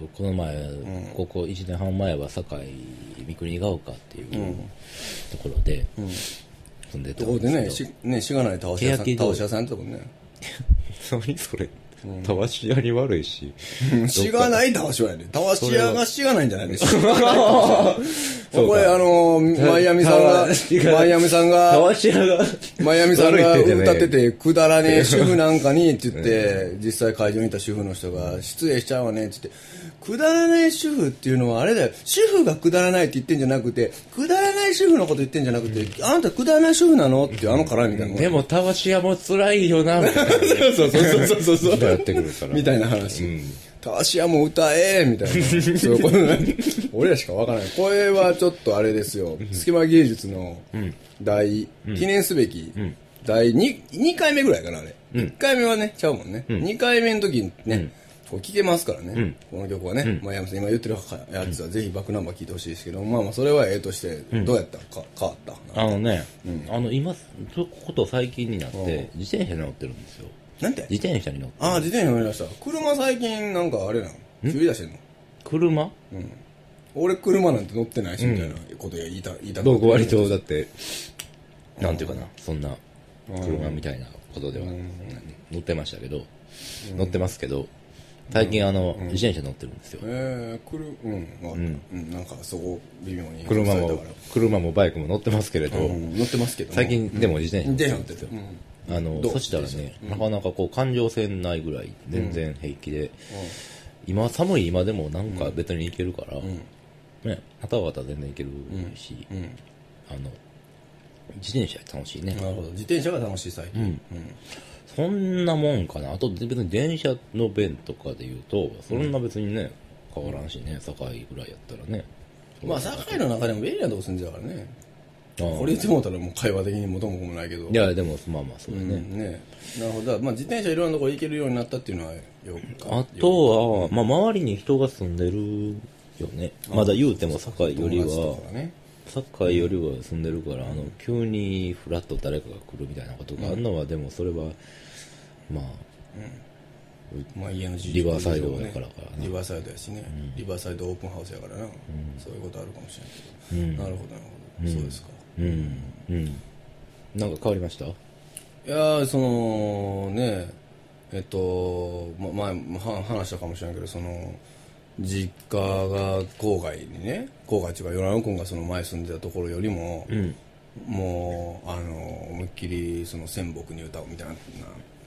僕この前、ここ1年半前は堺三国ヶ丘っていうところで住んでた
とこ
ん
ろでね
ですけ
しねしがない倒し屋さん
欅通り
倒し屋さんやったもんね
ど、 <laughs> 何それたわしやり悪いし
しがない倒し屋やね倒し屋がしがないんじゃないでしょ
そうか
これあのマイアミさんがマイアミさん
た
が
わしやが
マイアミさんが
悪いって言ってね
歌ってて、くだらねえ主婦なんかにって言って、実際会場にいた主婦の人が、失礼しちゃうわねって言って、くだらない主婦っていうのはあれだよ、主婦がくだらないって言ってんじゃなくて、くだらない主婦のこと言ってんじゃなくて、あんたくだらない主婦なのっていうあの絡みみたいな。
でもたわしやも辛いよなみたいな
<laughs> そうそうそうそうそうそう。
やってくるから
みたいな話。たわしやも歌えみたいな。そういうことなんで俺らしかわからない。これはちょっとあれですよ。隙間芸術の第、記念すべき、第 2, 2回目ぐらいかな、あれ。1回目はね、ちゃうもんね。2回目の時にね、こう聴けますからね。この曲はね。まあ、山さん今言ってるやつはぜひバックナンバー聴いてほしいですけど、まあまあ、それはええとして、どうやったか変わった。
あのね、あの今ちょこと最近になって自転車に乗ってるんですよ
なんて
自転車に乗ってる
ああ、自転車乗りました。車最近なんかあれなの切り出してんの
車
俺車なんて乗ってないしみたいなこと言いた,、言いたくな
僕割とだってなんていうかなそんな車みたいなことでは乗ってましたけど乗ってますけど最近あの自転車乗ってるんですよ
えー、くるうんわかった、うん、なんかそこ微妙に
車
された
も
から
車もバイクも乗ってますけれど
うん、乗ってますけども
最近でも自転車乗ってるんで
電車乗って
す
る
よ、
うん
あの
どう
そしたらねなかなかこう環状線ないぐらい全然平気で今寒い今でもなんか別に行けるからね旗は全然行けるしあの自転車楽しいね
なるほど自転車が楽しい最近、
うんそんなもんかな。あと別に電車の便とかで言うと、そんな別にね、変わらんしね、堺ぐらいやったらね。
まあ、堺の中でも便利なとこ住んじゃうからね。こ
こ
れ言ってもうたらもう会話的に元も子もないけど。
いや、でも、まあまあ、そう
う
だ
ん
ね。
ね。なるほど。だからまあ、自転車いろんなとこ行けるようになったっていうのはよく
あとは、まあ、周りに人が住んでるよね。まだ言うても堺より
友
は
達と、かね
堺よりは住んでるから、あの、急にフラッと誰かが来るみたいなことがあるのは、でもそれは、まあ、
まあ、家の事
リバーサイドやからかな
リバーサイドやしね、リバーサイドオープンハウスやからな、そういうことあるかもしれないけど、なるほどなるほど、そうですか
うん、うん。なんか変わりました
いやーそのねえっと、ま、前もは話したかもしれないけどその実家が郊外にね郊外っていうか与那君がその前住んでたところよりも、
うん。
もうあの思いっきりその仙北に歌うみたいな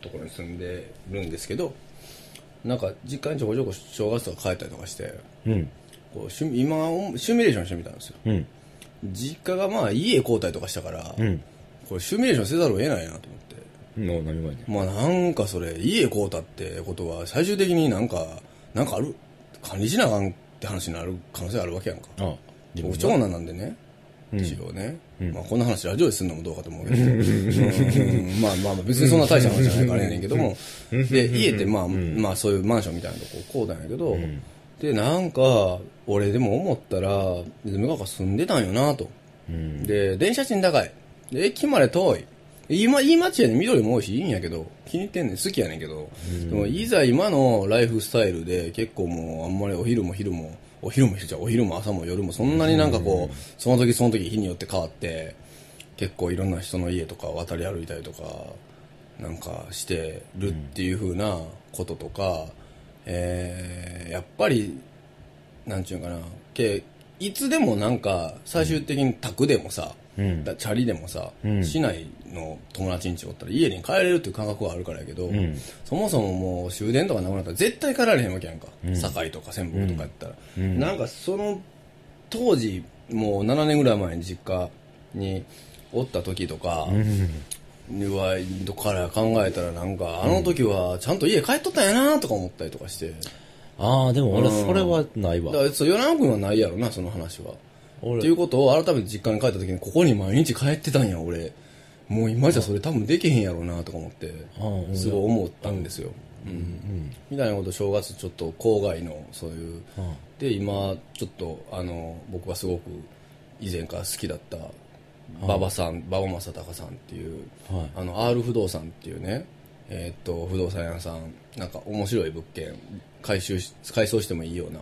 ところに住んでるんですけどなんか実家にちょこちょこ正月とか帰ったりとかして
うん。
こうシミ今シミュレーションしてみたんですよ
うん。
実家がまあ家交代とかしたから、
うん。
これシミュレーションせざるを得ないなと思って
もう何もないね。
まあなんかそれ家交代ってことは最終的になんかなんかある管理しなあかんって話になる可能性あるわけやんか
あ、自
僕
分
長男なんでね、一応ね、まあ、こんな話ラジオでするのもどうかと思うけ <laughs> ど、うんまあまあまあ別にそんな大した話じゃないからやねんけども、で家ってまあ、まあそういうマンションみたいなとここうだんやけど、でなんか俺でも思ったら泉川が住んでたんよなと、
うん
で電車賃高いで駅まで遠い今いい街やねん緑も多いしいいんやけど気に入ってんねん好きやねんけど、でもいざ今のライフスタイルで結構もうあんまりお昼も昼もお昼も昼じゃうお昼も朝も夜もそんなになんかこう、その時その時日によって変わって結構いろんな人の家とか渡り歩いたりとかなんかしてるっていう風なこととか、えーやっぱりなんちゅうんかなけいつでもなんか最終的に宅でもさ、
うん
だチャリでもさ、
うん
市内の友達ん家おったら家に帰れるっていう感覚はあるからやけど、
ん
そもそももう終電とかなくなったら絶対帰られへんわけやんか、堺とか仙北とかやったら、なんかその当時もう7年ぐらい前に実家におった時とか、はから考えたらなんかあの時はちゃんと家帰っとったんやなとか思ったりとかして、
ああ、でも俺、それはない
だ
わ
か。らそう、与那君はないやろな、その話は。
俺
っていうことを改めて実家に帰った時に、ここに毎日帰ってたんや、俺。もう今じゃそれ多分できへんやろな、とか思って
ああう、ん
すごい思ったんですよ。うんみたいなこと正月ちょっと郊外の、そういう。で、今、ちょっと、あの、僕がすごく以前から好きだった、馬場さん、馬場正隆さんっていう、
はい
あの、R 不動産っていうね、えーっと、不動産屋さん、なんか面白い物件、回収し、改装してもいいような、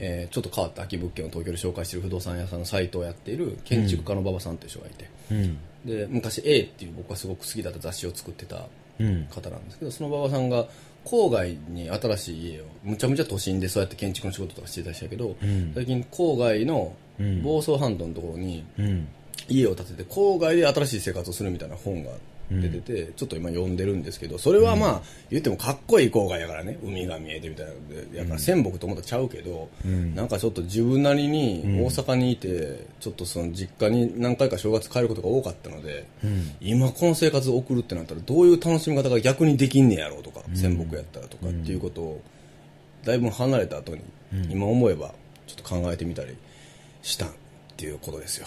えーちょっと変わった空き物件を東京で紹介してる不動産屋さんのサイトをやっている建築家の馬場さんという人がいて、
うん。
で、昔 A っていう僕がすごく好きだった雑誌を作ってた
うん。
方なんですけど、その馬場さんが郊外に新しい家を、むちゃむちゃ都心でそうやって建築の仕事とかしてたりしたけど、
ん
最近郊外の房総半島のところに、
うん。
家を建てて郊外で新しい生活をするみたいな本が出てて、ちょっと今読んでるんですけどそれはまあ、言ってもかっこいい郊外やからね海が見えてみたいなのでやから仙北と思ったらちゃうけど、なんかちょっと自分なりに大阪にいて、ちょっとその実家に何回か正月帰ることが多かったので、今この生活を送るってなったらどういう楽しみ方が逆にできんねやろうとか、仙北やったらとかっていうことをだいぶ離れた後に、今思えばちょっと考えてみたりしたっていうことですよ。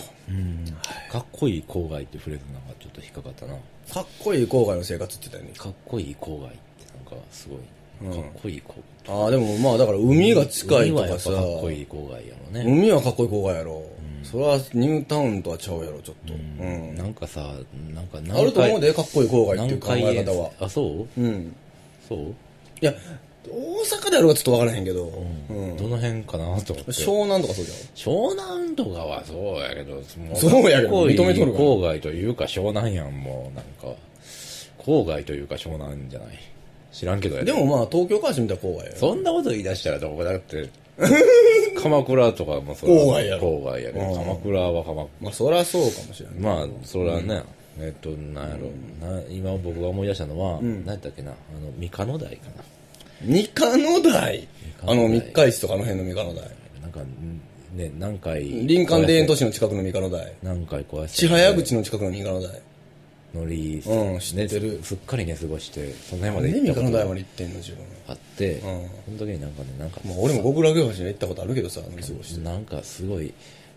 かっこいい郊外ってフレーズなんかちょっと引っかかったな。
かっこいい郊外の生活って言ってた
かっこいい郊外ってなんかすごい、かっこいい郊外。
よね。ああ、でもまあだから海が近いと
海はや
か
っ
さ、
ぱかっこいい郊外やろね。
海はかっこいい郊外やろ。それはニュータウンとはちゃうやろ、ちょっと。うん。
なんかさ、なんか何
あると思うで、かっこいい郊外っていう考
何
え
回
方は。
あ、そう
うん。
そう、
いや、大阪であるかちょっとわからへんけど、うん。
どの辺かなと思って。
湘南とかそうじゃん。
湘南とかはそうやけど、も
そうやけど
かっこいい
認めとるから
郊外というか湘南やん、もうなんか。郊外というか湘南じゃない。知らんけどやで
でもまあ東京からしてみたら郊外やろ。
そんなこと言い出したらどこだ
<laughs>
って、鎌倉とかもそ
郊外やろ
郊外やけど、鎌倉は鎌倉。
まあそりゃそうかもしれない。
まあ、それはね、えっと、なんやろ、な今僕が思い出したのは、何やったっけな、あの、三鹿野台かな。
三鹿野台。
野
あ
台
の三日市とかあの辺の三鹿野台。
なんか、んね、何回。
林間田園都市の近くの三鹿野台。
何回壊した
千早口の近くの三鹿野台。
ノリ、
うん知ってる
ねすっかりね過ごしてその辺まで行
何ミ
っ
カ
た
の
こ
代
と
ま
が
で行ってんの自分
あって、
う
その時になんかねなんか、
ままあ俺も極楽橋には行ったことあるけどさ乗り過ごして
なんかすごい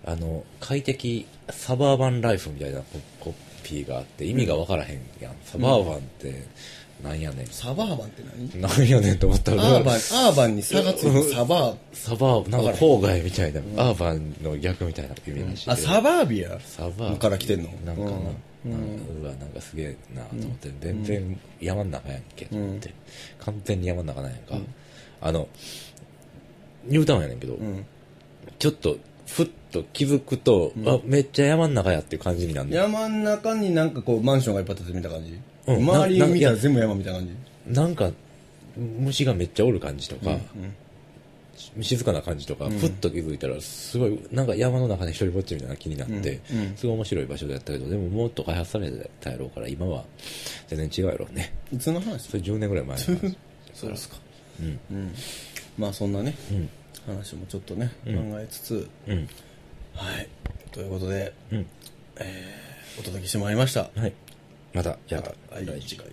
あの快適サバーバンライフみたいなココピーがあって意味が分からへんやん、サバーバンってなんやねん、
サバーバンって何
なんやねんと思ったら
アーバンアーバンに差がついてサバー
サバーなんか郊外みたいな、アーバンの逆みたいな意味らしいけど
あサバービア
サバー
から来てんの
なんかな、なんかうわなんかすげえなと思って、全然山ん中やんけと思って、完全に山ん中なんやんか、あのニュータウンやねんけど、
ん
ちょっとふっと気づくと、あめっちゃ山ん中やっていう感じになるねん
山ん中になんかこうマンションがいっぱい建ててみた感じ、
うん
周り
なない
見たら
や
全部山みたいな感じ
なんか虫がめっちゃおる感じとか、し静かな感じとか、ふっと気づいたらすごいなんか山の中で一人ぼっちみたいな気になって、すごい面白い場所でやったけどでももっと開発されてたやろうから今は全然違うやろうね
いつの話
それ10年ぐらい前の <laughs> 話
そうですか
うん
うんまあそんなね、
うん
話もちょっとね、考えつつ
うん
はいということで、
うん
お届けしてまいりました
はいまたじゃあ
はい次回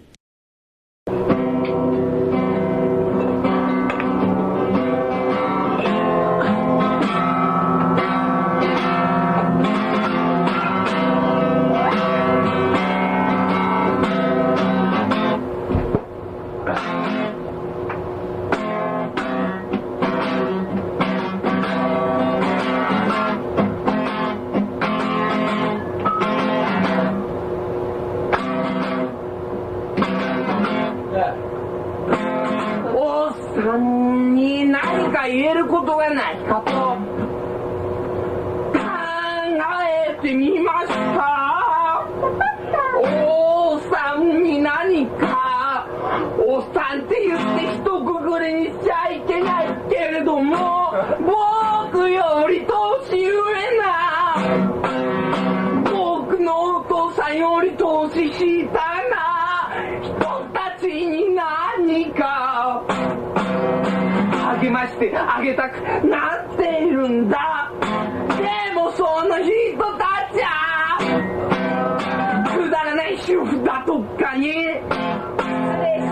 おっさんに何か言えることがないかと考えてみましたおっさんに何かおっさんって言って一括りにしちゃいけないけれども僕より年上な僕のお父さんより年下な人たちに何か励ましてあげたくなっているんだでもその人たちはくだらない主婦だとかに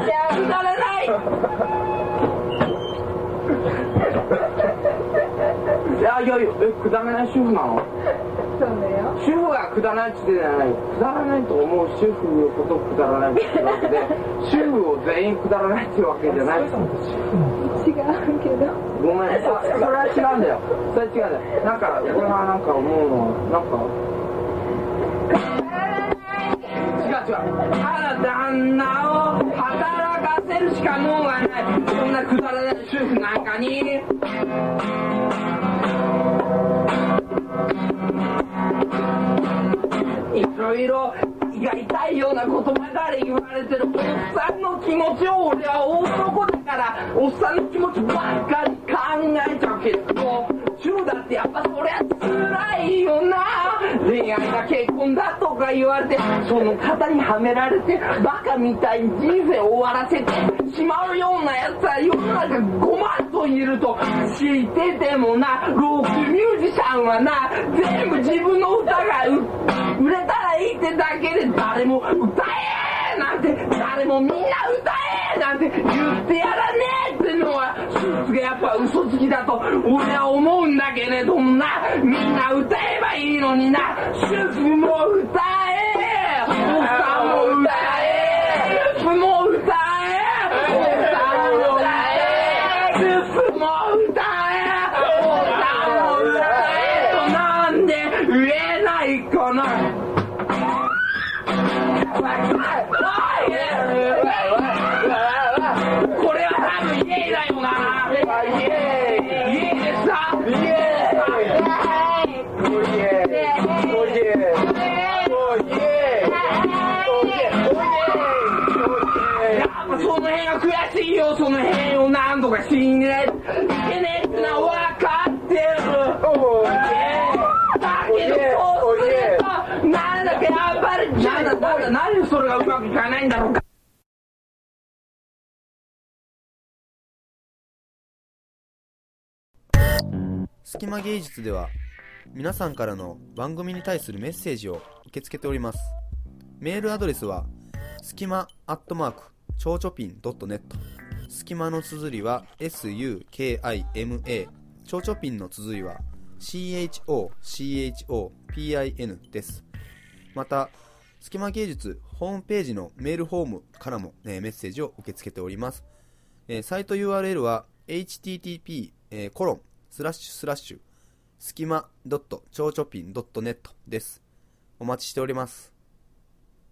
くだらないいやいやいやえくだらない主婦なの
そうだよ。
主婦がくだらないって言ってじゃないくだらないと思う主婦のことをくだらないって言ってるわけで主婦を全員くだらないっていうわけじゃない
違うけど。
ごめんそそれは違うんだよそれは違うんだよなんか俺はなんか思うのなんか違う違うただ旦那を働かせるしか能がないそんなくだらない主婦なんかにいろいろ胃が痛いようなことばかり言われてるおっさんの気持ちを俺は男だからおっさんの気持ちばっかり考えちゃうけど主だってやっぱそりゃ辛いよな恋愛だ結婚だとか言われてその方にはめられてバカみたいに人生を終わらせてしまうようなやつは世の中5万といると知っててもなロックミュージシャンはな全部自分の歌がう売れたらいいってだけで誰も歌えなんて誰もみんな歌えなんて言ってやらねえってのはスーツがやっぱ嘘つきだと俺は思うんだけれどもなみんな歌えばいいのにな主婦も歌えおっさんも歌え主婦も歌えおっさんも歌え主婦も歌えおっさんも歌えとなんで言えないかなこれは多分イエイだよなイエイイエイでしたイエイイエイイエイやっぱその辺が悔しいよその辺を何とかしねえいけねえってのは分かってるだけどそうするとなんだかやっぱりなんだなんだ何でそれがうまくいかないんだろうか
隙間芸術では皆さんからの番組に対するメッセージを受け付けておりますメールアドレスはすきまアットマークちょうちょぴん .net すきまの綴りは SUKIMA ちょうちょぴんの綴りは CHOCHOPIN ですまたすきま芸術ホームページのメールフォームからも、えーメッセージを受け付けておりますえーサイト URL は http:// えーコロンスラッシュスラッシュスキマ .chochopin.net です。お待ちしております。